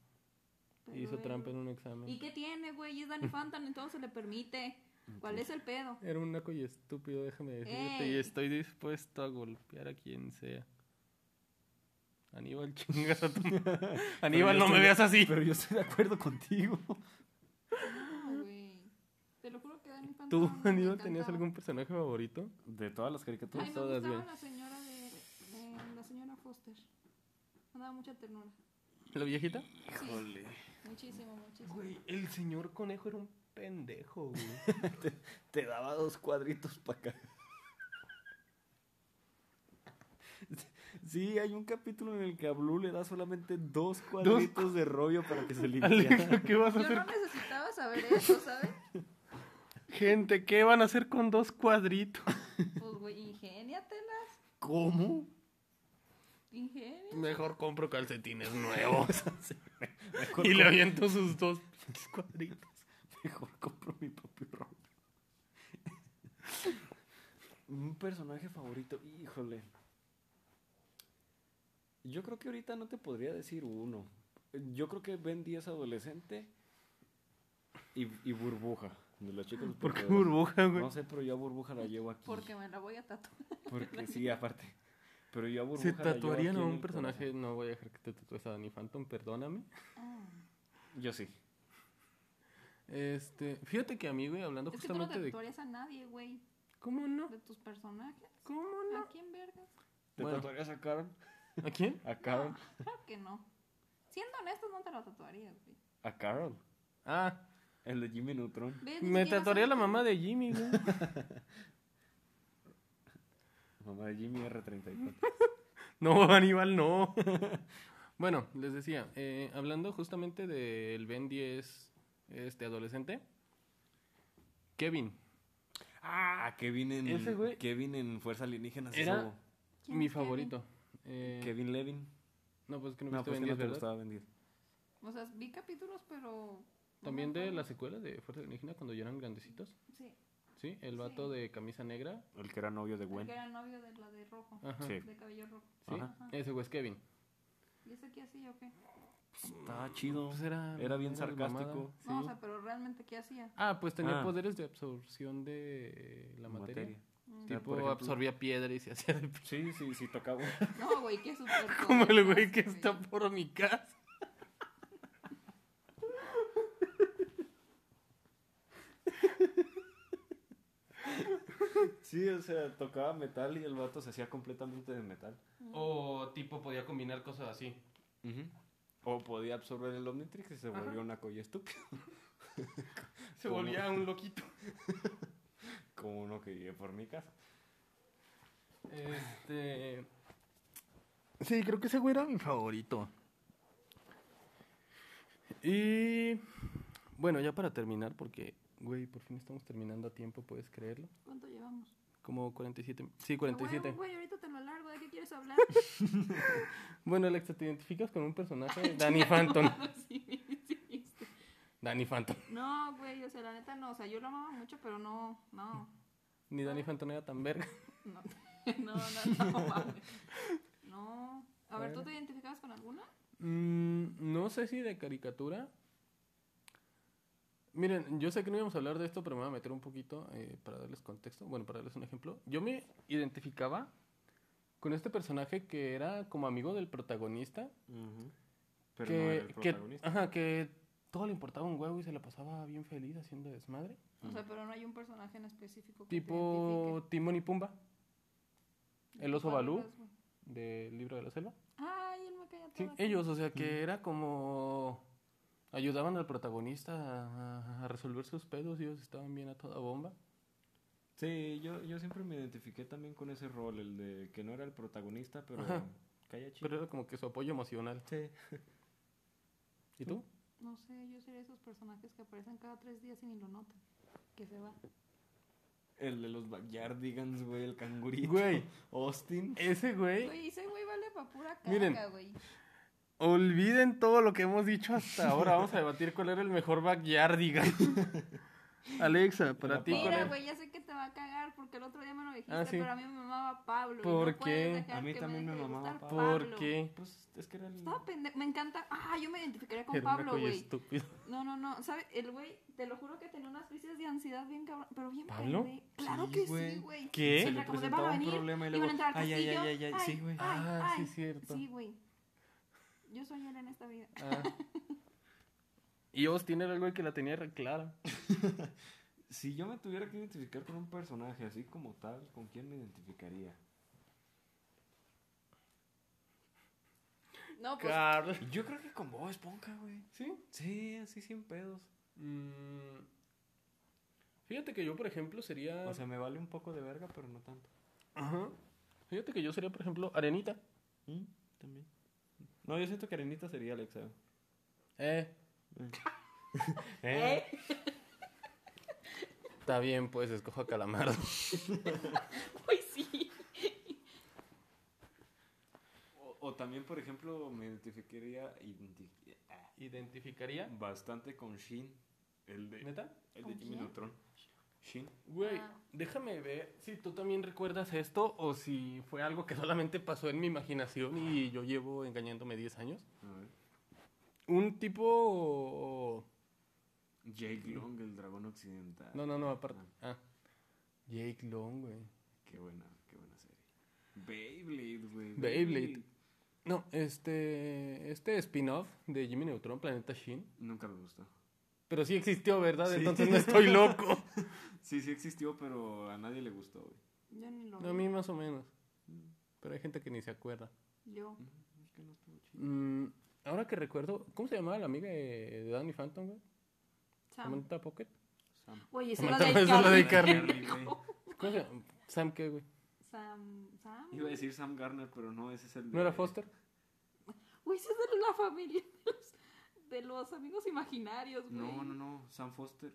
B: pero
A: hizo
B: él-
A: trampa en un
B: ¿Y
A: examen.
B: qué tiene, güey? Es Danny Phantom, entonces se le permite. ¿Cuál es el pedo?
A: Era un naco y estúpido, déjame decirte. Y
B: Ey.
A: estoy dispuesto a golpear a quien sea. Aníbal, chingas a tu Aníbal,
C: yo
A: no me
C: estoy-
A: veas así.
C: Pero yo estoy de acuerdo contigo.
B: Ah, güey. Te lo juro que Danny Phantom.
A: ¿Tú,
B: Ah, me
A: Aníbal, tenías
B: encantaba.
A: algún personaje favorito?
C: De todas las caricaturas.
B: Ay, me
A: todas,
B: gustaba
A: güey.
B: la señora de, de- La señora Foster. Me daba mucha ternura.
A: ¿La viejita?
B: Híjole. Muchísimo, muchísimo.
A: Güey, el señor conejo era un pendejo, güey.
C: Te daba dos cuadritos para acá. Sí, hay un capítulo en el que a Blue le da solamente dos cuadritos de rollo para que se limpiara.
A: Alexa, ¿qué vas a
B: Yo
A: hacer?
B: no necesitaba saber eso, ¿sabes?
A: Gente, ¿qué van a hacer con dos cuadritos?
B: Pues, güey, ingéniatelas.
C: ¿Cómo?
B: Ingenia.
A: Mejor compro calcetines nuevos.
C: Mejor
A: Y le
C: com-
A: aviento sus dos pinches cuadritos.
C: Mejor compro mi propio ron. Un personaje favorito, híjole. Yo creo que ahorita no te podría decir uno. Yo creo que Ben 10 adolescente y, y Burbuja, de las chicas
A: ¿Por qué
C: superpoderosas.
A: burbuja, güey?
C: No sé, pero yo a Burbuja la llevo aquí.
B: Porque me la voy a tatuar.
C: Porque sí, aparte. Pero yo a Burbuja
A: Si
C: la llevo
A: tatuarían
C: aquí
A: a
C: en
A: un
C: el
A: personaje, no voy a dejar que te tatúes a Danny Phantom, perdóname.
C: corazón. Yo sí.
A: Este, fíjate que a mí, güey, hablando
B: Es que tú no
A: justamente
B: te
A: de...
B: tatuarías Ah. a nadie, güey.
A: ¿Cómo no?
B: De tus personajes.
A: ¿Cómo
B: ¿A
A: no?
B: quién vergas?
C: ¿Te
A: Bueno.
C: tatuarías a Karen?
A: ¿A quién?
C: ¿A Carol?
B: Ah, Claro que no. Siendo honestos, no te lo tatuarías, güey.
C: ¿A Carol?
A: Ah,
C: El de Jimmy Neutron.
B: ¿Ves? Ni
A: me
B: siquiera
A: tatuaría la
B: sabes
A: mamá de Jimmy, güey.
C: Mamá de Jimmy R34.
A: No, Aníbal, no. bueno, les decía, eh, hablando justamente del Ben 10 este, adolescente, Kevin,
C: Ah, Kevin en,
A: Ese güey-
C: Kevin en Fuerza Alienígena. sí
A: Era-
C: subo.
B: ¿Quién
A: mi
B: es Kevin?
A: favorito. Eh,
C: Kevin Levin.
A: No, pues que no,
C: No,
A: viste
C: pues
A: Ben
C: que
A: 10,
C: no te
A: ¿verdad?
C: gustaba vendido.
B: O sea, vi capítulos, pero. no me
A: También de
B: acuerdo.
A: la secuela de Fuerza Alienígena cuando ya eran grandecitos.
B: Sí.
A: Sí, el vato
B: Sí.
A: de camisa negra.
C: El que era novio de
B: el
C: Gwen.
B: Que era novio de la de rojo.
A: Ajá.
C: Sí.
B: De cabello rojo.
A: Sí,
C: Ajá.
A: ese güey es Kevin.
B: ¿Y ese qué hacía o qué?
C: Estaba chido.
A: Pues era,
C: Era bien
A: la
C: sarcástico.
A: mamada.
B: No, o sea, pero realmente qué hacía.
A: Ah, pues tenía
C: Ah.
A: poderes de absorción de eh, la materia.
B: Mm.
A: Tipo,
C: por ejemplo-
A: absorbía piedra y se hacía de pi-
C: Sí, sí, sí, tocaba.
B: No, güey, qué súper.
A: Como el güey que está por mi casa.
C: Sí, o sea, tocaba metal y el vato se hacía completamente de metal.
A: O tipo podía combinar cosas así.
C: O podía absorber el Omnitrix y se
B: Ajá.
C: volvió una colla estúpida.
A: Se
C: Como-
A: volvía un loquito.
C: Como uno que vive por mi casa.
A: Este. Sí, creo que ese güey era mi favorito. Y. Bueno, ya para terminar, porque, güey, por fin estamos terminando a tiempo, ¿puedes creerlo?
B: ¿Cuánto llevamos?
A: Como 47. Sí, 47.
B: Güey, güey, ahorita te lo alargo. ¿De qué quieres hablar?
A: Bueno, Alexa, ¿te identificas con un personaje? Danny Phantom.
B: Sí, sí, sí.
A: Danny Phantom.
B: No, güey, o sea, la neta no. O sea, yo lo amaba mucho, pero no, no.
A: Ni Danny Phantom era tan verga.
B: No, no, no, no, mames. No. A ver, ¿tú te identificabas con alguna?
A: Mm, no sé si de caricatura. Miren, yo sé que no íbamos a hablar de esto, pero me voy a meter un poquito eh, para darles contexto. Bueno, para darles un ejemplo. Yo me identificaba con este personaje que era como amigo del protagonista.
C: Pero
A: que,
C: no era el
A: que-
C: protagonista.
A: ajá, que todo le importaba un huevo y se la pasaba bien feliz haciendo desmadre.
B: O sea, pero no hay un personaje en específico. que te
A: Mm. Tipo Timón y Pumba,
B: identifique.
A: el oso
B: ¿Cuál
A: Balú.
B: eras, güey?
A: del libro de la selva.
B: Ay, él me caía
A: Sí,
B: todo.
A: ellos, o sea, que era como... Ayudaban al protagonista a, a resolver sus pedos, ellos estaban bien a toda bomba.
C: Sí, yo, yo siempre me identifiqué también con ese rol, el de que no era el protagonista, pero
A: Ajá.
C: calla chido.
A: Pero era como que su apoyo emocional.
C: Sí.
A: ¿Y tú?
B: No sé, yo sería esos personajes que aparecen cada tres días y ni lo notan. Que se va.
C: El de los Backyardigans, güey, el cangurito.
A: Güey.
C: Austin.
A: Ese güey,
B: Güey, ese güey vale pa' pura
A: Miren.
B: caca, güey.
A: olviden todo lo que hemos dicho hasta ahora. Vamos a debatir cuál era el mejor backyardigan. Alexa, para
C: Era
A: ti, ¿cuál
B: Mira,
A: era?
B: güey, ya sé que te va a cagar porque el otro día me lo dijiste,
A: Ah, sí.
B: pero a mí me mamaba Pablo. y
A: ¿Por
B: no puedes
A: qué?
B: dejar
C: A mí
B: que
C: también me
B: deje de
C: mamaba
B: gustar
A: ¿Por
B: Pablo.
A: qué?
C: Pues es que era el...
B: Estaba pendejo. Me encanta. Ah, yo me identificaría con
A: Era una
B: Pablo,
A: colla
B: güey.
A: estúpida.
B: No, no, no. ¿Sabes? El güey, te lo juro que tenía unas crisis de ansiedad bien cabrón. Pero bien
A: ¿Pablo?
B: pende- Claro
C: Sí,
B: que
C: güey.
B: sí, güey.
A: ¿Qué?
B: Se
C: Se le
B: le como que
C: presentaba
B: van a
C: un
B: venir.
C: problema y
B: iban
C: luego,
B: a entrar al
C: ay, ay,
B: castillo.
C: ay, ay, ay, sí, güey.
B: ay,
A: Ah, sí,
B: ay.
A: cierto.
B: Sí, güey. Yo soy él en esta vida.
A: Ah. Y Austin era el güey que la tenía re clara.
C: Si yo me tuviera que identificar con un personaje así como tal, ¿con quién me identificaría?
B: No, pues.
A: Carl.
C: Yo creo que con Bob Esponja, güey.
A: ¿Sí?
C: Sí, así sin pedos.
A: Mm, Fíjate que yo, por ejemplo, sería.
C: O sea, me vale un poco de verga, pero no tanto.
A: Ajá. Fíjate que yo sería, por ejemplo, Arenita.
C: ¿Mm? También. No, yo siento que Arenita sería Alexa.
A: Eh,
B: pues,
C: ¿Eh?
A: está bien, pues escojo a Calamardo.
B: Pues sí.
C: O, o también, por ejemplo, me identificaría... identi- ah,
A: identificaría.
C: Bastante con Shin, el de,
A: ¿Neta?
C: el de
B: ¿Con
C: Jimmy
B: quién?
C: Neutron. Shin.
A: Güey,
B: Ah.
A: déjame ver si tú también recuerdas esto o si fue algo que solamente pasó en mi imaginación y yo llevo engañándome 10 años.
C: A ver.
A: Un tipo...
C: Jake Long, el dragón occidental.
A: No, no, no, aparte.
C: Ah,
A: Ah. Jake Long, güey.
C: qué buena, qué buena serie. Beyblade, güey.
A: Beyblade. No, este... Este spin-off de Jimmy Neutron, Planeta Shin.
C: Nunca me gustó.
A: Pero sí existió, ¿verdad?
C: Sí.
A: Entonces no estoy loco.
C: Sí, sí existió, pero a nadie le gustó, güey.
B: Yo ni lo
A: No, a mí más o menos. Pero hay gente que ni se acuerda.
B: Yo.
C: Mm, es que no estuvo chido.
A: Mm, ahora que recuerdo, ¿cómo se llamaba la amiga de, de Danny Phantom, güey?
B: Sam.
A: Samantha Pocket.
C: Sam.
B: Oye, esa es
A: Samantha-
B: la de
A: esa es la de
B: Carly.
A: Carly.
C: Carly, güey.
A: ¿Cómo se llama? Sam qué, güey.
B: Sam. Sam.
C: Iba a decir Sam Garner, pero no, ese es el
A: ¿No
C: de-
A: era Foster?
B: Uy, esa es de la familia de los, de los amigos imaginarios, Pues, güey.
C: No, no, no, Sam Foster.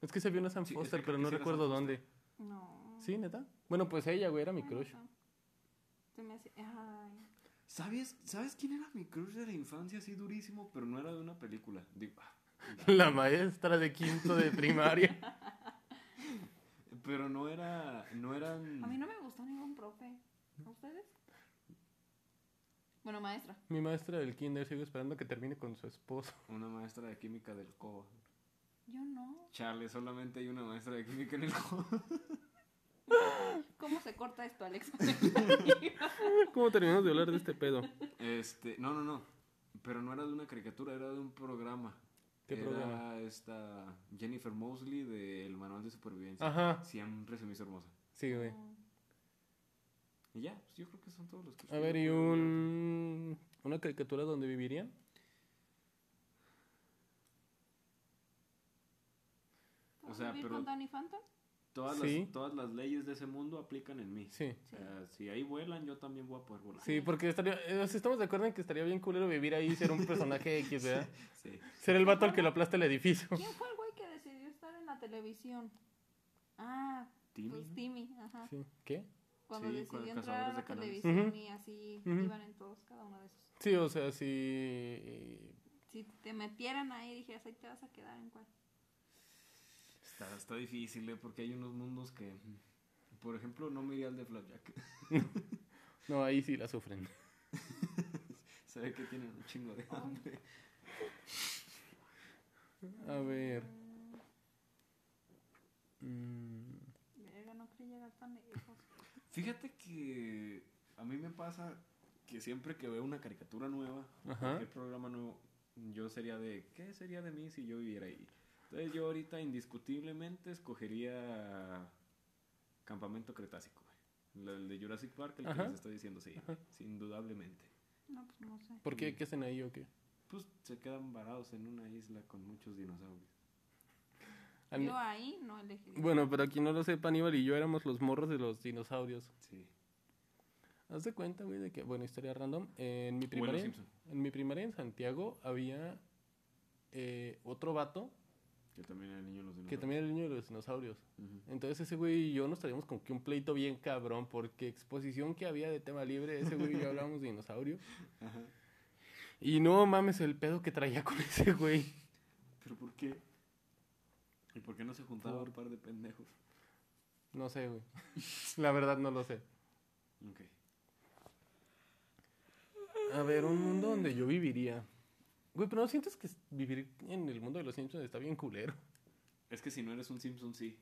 A: Es que se vio una Sam
C: Sí, es
A: Foster,
C: que creo
A: pero
C: que
A: no
C: sí era
A: recuerdo
C: Sam
A: dónde.
B: No.
A: ¿Sí, neta? Bueno, pues ella, güey, era mi crush.
B: Se me hace. Ay.
C: ¿Sabes, ¿Sabes quién era mi crush de la infancia así durísimo, pero no era de una película? Digo, ah,
A: La maestra de quinto de primaria.
C: pero no era, no eran...
B: A mí no me gustó ningún profe. ¿A ustedes? Bueno, maestra.
A: Mi maestra del kinder sigue esperando que termine con su esposo.
C: Una maestra de química del COA.
B: Yo no.
C: Charles, solamente hay una maestra de química en el COA.
B: ¿Cómo se corta esto, Alex?
A: ¿Cómo terminamos de hablar de este pedo?
C: Este, no, no, no. Pero no era de una caricatura, era de un programa.
A: ¿Qué
C: era
A: programa?
C: esta Jennifer Mosley del Manual de Supervivencia.
A: Ajá.
C: Siempre se me hizo hermosa.
A: Sí, güey.
C: Y ya, pues yo creo que son todos los crushes
A: A
C: que
A: ver,
C: yo
A: ¿y
C: puedo recordar.
A: un... una caricatura donde vivirían?
B: ¿Puedo
C: O sea,
B: vivir
C: pero-
B: con Danny Phantom?
C: Todas,
A: Sí.
C: las, todas las leyes de ese mundo aplican en mí.
A: Sí.
C: O sea, si ahí vuelan, yo también voy a poder volar.
A: Sí, porque estaría... eh, si estamos de acuerdo en que estaría bien culero vivir ahí y ser un personaje X, ¿verdad?
C: Sí.
A: Ser el vato al que lo aplasta el edificio.
B: ¿Quién fue el güey que decidió estar en la televisión? Ah,
C: Timmy,
B: pues
C: ¿no?
B: Timmy, ajá.
A: Sí. ¿Qué?
B: Cuando
C: Sí, con
B: decidió entrar a
C: Cazadores
B: la
C: de Canales.
B: televisión
A: Ujú.
B: y así
A: Ujú.
B: iban en todos, cada uno de esos.
A: Sí, eh, o sea, sí...
B: Si te metieran ahí, dijeras, ahí te vas a quedar en cuál.
C: Está, está difícil, ¿eh? Porque hay unos mundos que... Por ejemplo, no me iría al de Flapjack.
A: No, ahí sí la sufren.
C: Se ve que tienen un chingo de
A: Ah.
C: hambre.
A: A ver...
B: Mm,
A: mm,
B: verga, no quería llegar tan lejos.
C: Fíjate que a mí me pasa que siempre que veo una caricatura nueva,
A: Ajá.
C: cualquier programa nuevo, yo sería de... ¿Qué sería de mí si yo viviera ahí? Entonces yo ahorita indiscutiblemente escogería Campamento Cretácico, güey. La- El de Jurassic Park, el
A: Ajá.
C: que les estoy diciendo, sí. sí, Indudablemente.
B: No, pues no sé.
A: ¿Por qué? ¿Qué hacen ahí o qué?
C: Pues se quedan varados en una isla con muchos dinosaurios.
A: Al-
B: Yo ahí no elegiría.
A: Bueno, para quien no lo sepa, Aníbal y yo éramos los morros de los dinosaurios.
C: Sí.
A: Haz de cuenta, güey, de que, bueno, historia random. eh, en, mi
C: O en Los
A: primaria,
C: Simpson,
A: en mi primaria en Santiago había eh, otro vato
C: que también era el niño de los dinosaurios.
A: que también era el niño de los dinosaurios.
C: Ujú.
A: Entonces ese güey y yo nos traíamos como que un pleito bien cabrón, porque exposición que había de tema libre, ese güey y yo hablábamos de dinosaurio.
C: Ajá.
A: Y no mames el pedo que traía con ese güey.
C: ¿Pero por qué? ¿Y por qué no se juntaba
A: Por-
C: un par de pendejos?
A: No sé, güey. La verdad no lo sé.
C: Ok.
A: A ver, un mundo donde yo viviría. Güey, pero ¿no sientes que vivir en el mundo de los Simpsons está bien culero?
C: Es que si no eres un Simpson, sí.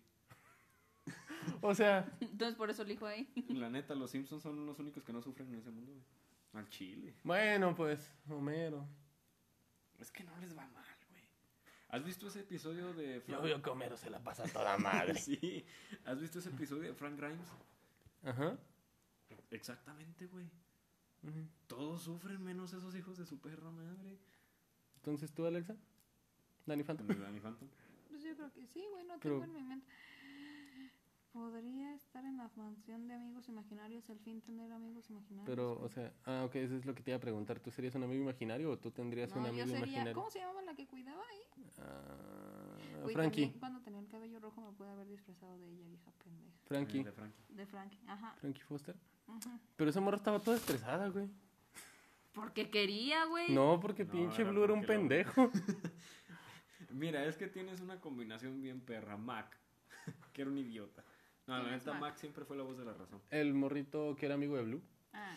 A: O sea,
B: Entonces por eso elijo ahí.
C: La neta, los Simpsons son los únicos que no sufren en ese mundo, güey. Al chile.
A: bueno, pues, Homero.
C: Es que no les va mal, güey. ¿Has visto ese episodio de
A: Yo veo que Homero se la pasa a toda madre.
C: Sí. ¿Has visto ese episodio de Frank Grimes?
A: Ajá.
C: Exactamente, güey.
A: Ujú.
C: Todos sufren menos esos hijos de su perra madre.
A: Entonces tú, Alexa. Danny Phantom.
C: Danny Phantom?
B: Pues yo creo que sí, güey, no
A: Pero-
B: tengo en mi mente. Podría estar en la mansión de amigos imaginarios, al fin tener amigos imaginarios.
A: Pero,
B: güey.
A: o sea, ah, ok, eso es lo que te iba a preguntar. ¿Tú serías un amigo imaginario o tú tendrías un
B: No,
A: amigo
B: yo sería,
A: imaginario?
B: ¿cómo se llamaba la que cuidaba ahí?
A: Ah,
B: Güey,
A: Frankie.
B: también cuando tenía el cabello rojo me pude haber disfrazado de ella, vieja pendeja.
A: Frankie.
C: El de Frankie.
B: De Frankie, ajá.
A: Frankie Foster.
B: ujú.
A: Pero esa morra estaba toda estresada, güey.
B: Porque quería, güey.
A: No, porque
C: No,
A: pinche
C: era
A: Blue era un
C: porque lo-
A: pendejo.
C: Mira, es que tienes una combinación bien perra. Mac, que era un idiota. No, la
B: ¿Quién es
C: neta,
B: Mac?
C: Mac? siempre fue la voz de la razón.
A: El morrito que era amigo de Blue.
B: Ah,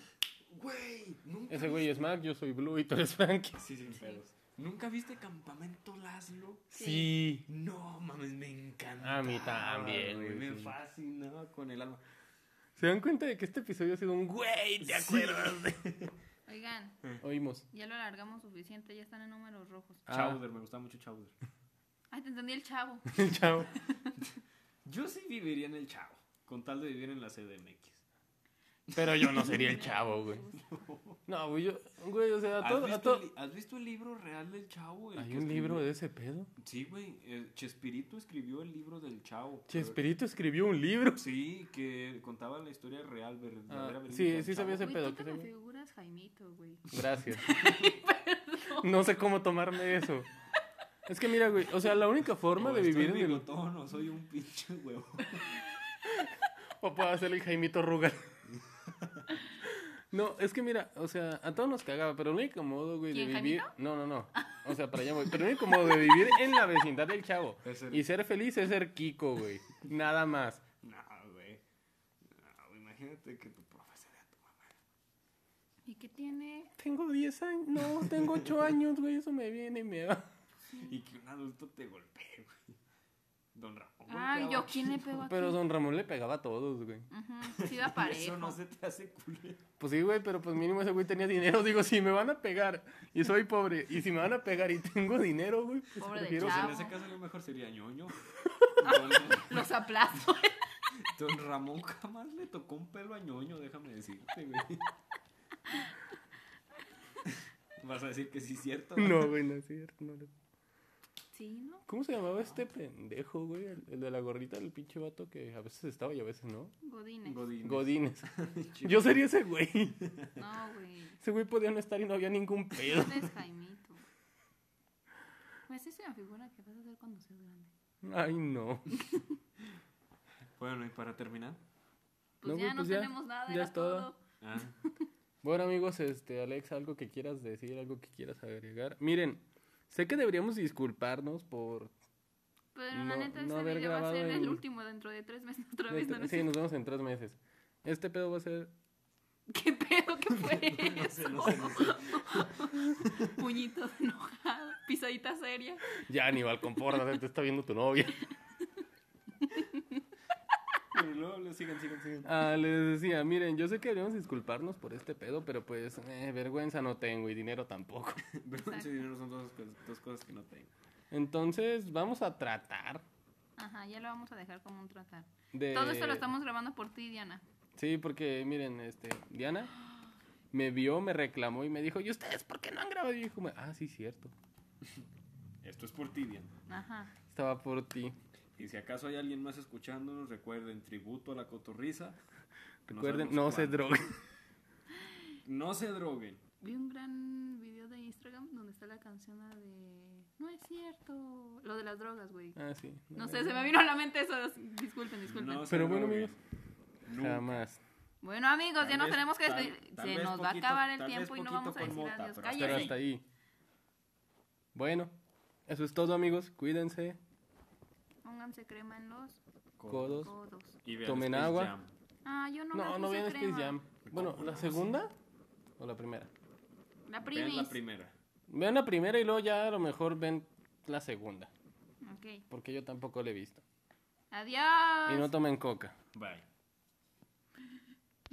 C: Güey, nunca.
A: Ese güey es Mac, yo soy Blue y tú eres Frankie.
C: Sí, sin pedos. ¿Nunca viste Campamento Laszlo?
A: Sí.
C: No, mames, me encanta.
A: A mí también,
C: güey.
A: güey,
C: Me
A: sí.
C: fascinaba con el alma.
A: ¿Se dan cuenta de que este episodio ha sido un güey? ¿Te acuerdas?
B: oigan,
A: Oímos.
B: ya lo alargamos suficiente, ya están en números rojos.
A: Ah.
C: Chowder, me gustaba mucho Chowder.
B: Ay, te entendí el chavo.
A: Chao.
C: Yo sí viviría en el Chavo, con tal de vivir en la CDMX.
A: Pero yo no sería el chavo, güey. No, güey, yo, güey, o sea, a
C: ¿Has
A: todo, a
C: visto, el,
A: todo.
C: li- has visto el libro real del Chavo? El
A: ¿Hay
C: que
A: un libro
C: escribió-
A: de ese pedo?
C: Sí, güey. eh, Chespirito escribió el libro del Chavo.
A: Chespirito escribió un libro.
C: Sí, que contaba la historia real, verdadera.
A: Ah,
C: verídica
A: sí,
C: del
A: sí sabía
C: Chavo.
A: ese
B: Güey,
A: pedo
B: tú
A: que
B: te
A: se
B: me
A: ve.
B: figuras Jaimito, güey.
A: Gracias. No sé cómo tomarme eso. Es que mira, güey, o sea, la única forma
C: O
A: de
C: estoy
A: vivir en el...
C: bigotón, o soy un pinche huevo.
A: O puedo hacer el Jaimito Rugal. No, es que mira, o sea, a todos nos cagaba, pero el único modo, güey, de
B: ¿Quién,
A: vivir...
B: Jaimito?
A: No, no, no. O sea, para allá voy. Pero el único modo de vivir en la vecindad del chavo
C: Es ser-
A: y ser feliz es ser Kiko, güey. Nada más.
C: No, güey. No, güey, imagínate que tu profe sea tu mamá.
B: ¿Y qué tiene?
A: Tengo 10 años, no, tengo 8 años, güey, eso me viene y me va.
C: Y que un adulto te golpee, güey. Don Ramón.
B: Ay,
C: golpeaba
B: yo, ¿quién le pegó aquí?
A: Pero don Ramón le pegaba a todos, güey.
B: Ujú, Sí da
C: Y Eso
B: parejo.
C: no se te hace culero.
A: Pues sí, güey, pero pues mínimo ese güey tenía dinero. Digo, si me van a pegar y soy pobre, y si me van a pegar y tengo dinero, güey, pues
B: Pobre de
A: prefiero...
C: Pues
B: chavo.
C: en ese caso lo mejor sería ñoño. Don,
B: Los aplazos.
C: don Ramón jamás le tocó un pelo a ñoño, déjame decirte, güey. Vas a decir que sí es cierto.
A: No, güey, no es cierto. no le-
B: Sí, ¿no?
A: ¿Cómo se llamaba este pendejo, güey? El, el de la gorrita, el pinche vato que a veces estaba y a veces no.
B: Godines.
C: Godín.
A: Godines. Yo sería ese güey.
B: No, güey.
A: Ese güey podía no estar y no había ningún pedo.
B: Este es Jaimito. Pues es una figura que vas a hacer cuando seas grande.
A: Ay, no.
C: Bueno, y para terminar.
B: Pues
A: No,
B: ya
A: güey,
B: no
A: pues ya,
B: tenemos nada,
A: ya
B: era
A: es todo.
B: todo.
C: Ah,
A: Bueno, amigos, este, Alex, algo que quieras decir, algo que quieras agregar. Miren, sé que deberíamos disculparnos por
B: Pero
A: No-
B: la neta,
A: no
B: este
A: haber
B: video va a ser
A: grabado
B: el
A: el-
B: último dentro de tres meses. Otra vez,
A: Dentro-
B: no, no
A: este, sí, nos vemos en tres meses. Este pedo va a ser.
B: ¿Qué pedo que fue
C: no
B: eso?
C: sé, no sé, no sé.
B: Puñitos enojados, pisadita seria.
A: Ya, Aníbal, compórtate, te está viendo tu novia.
C: Pero luego le sigan, sigan, sigan.
A: Ah, les decía, miren, yo sé que deberíamos disculparnos por este pedo, pero pues, eh, vergüenza no tengo y dinero tampoco.
C: Vergüenza y dinero son dos, cos- dos cosas que no tengo.
A: Entonces, vamos a tratar
B: Ajá, ya lo vamos a dejar como un tratar.
A: de.
B: Todo
C: Eh.
B: esto lo estamos grabando por ti, Diana.
A: Sí, porque, miren, este, Diana me vio, me reclamó y me dijo, ¿y ustedes por qué no han grabado? Y yo como, ah, sí, cierto.
C: Esto es por tibia.
B: Ajá.
A: Estaba por ti.
C: Y si acaso hay alguien más escuchándonos, recuerden, tributo a la cotorriza.
A: Recuerden, no,
C: sabemos
A: se
C: cuándo.
A: droguen.
C: No se droguen.
B: Vi un gran video de Instagram donde está la canción la de... No es cierto. Lo de las drogas, güey.
A: Ah, sí.
B: No sé, se me vino a la mente eso. Disculpen, disculpen.
C: No se
A: Pero bueno,
C: droguen.
A: amigos,
C: Nunca.
A: jamás.
B: Bueno, amigos,
C: Tal
B: ya nos
C: vez-
B: tenemos que
C: tal-
B: despedir.
C: tal
B: Se
C: vez
B: nos va a
C: poquito-
B: acabar el
C: tal vez
B: tiempo y no
C: poquito
B: vamos a
C: con
B: decir
C: mota,
B: adiós.
C: pero hasta
A: Pero
B: Cállense.
A: hasta ahí. Bueno, eso es todo, amigos. Cuídense.
B: Pónganse crema en los
A: Codos.
B: codos.
C: Y vean
A: Tomen
C: Space
A: agua.
C: Jam.
B: Ah, yo no me
A: No, no
B: puse
A: vean
B: crema.
A: Space Jam. Bueno, ¿la segunda o la primera?
B: La
C: Vean la
B: primis.
C: primera.
A: Vean la primera y luego ya a lo mejor ven la segunda.
B: ok.
A: Porque yo tampoco la he visto.
B: Adiós.
A: Y no tomen coca.
C: Bye.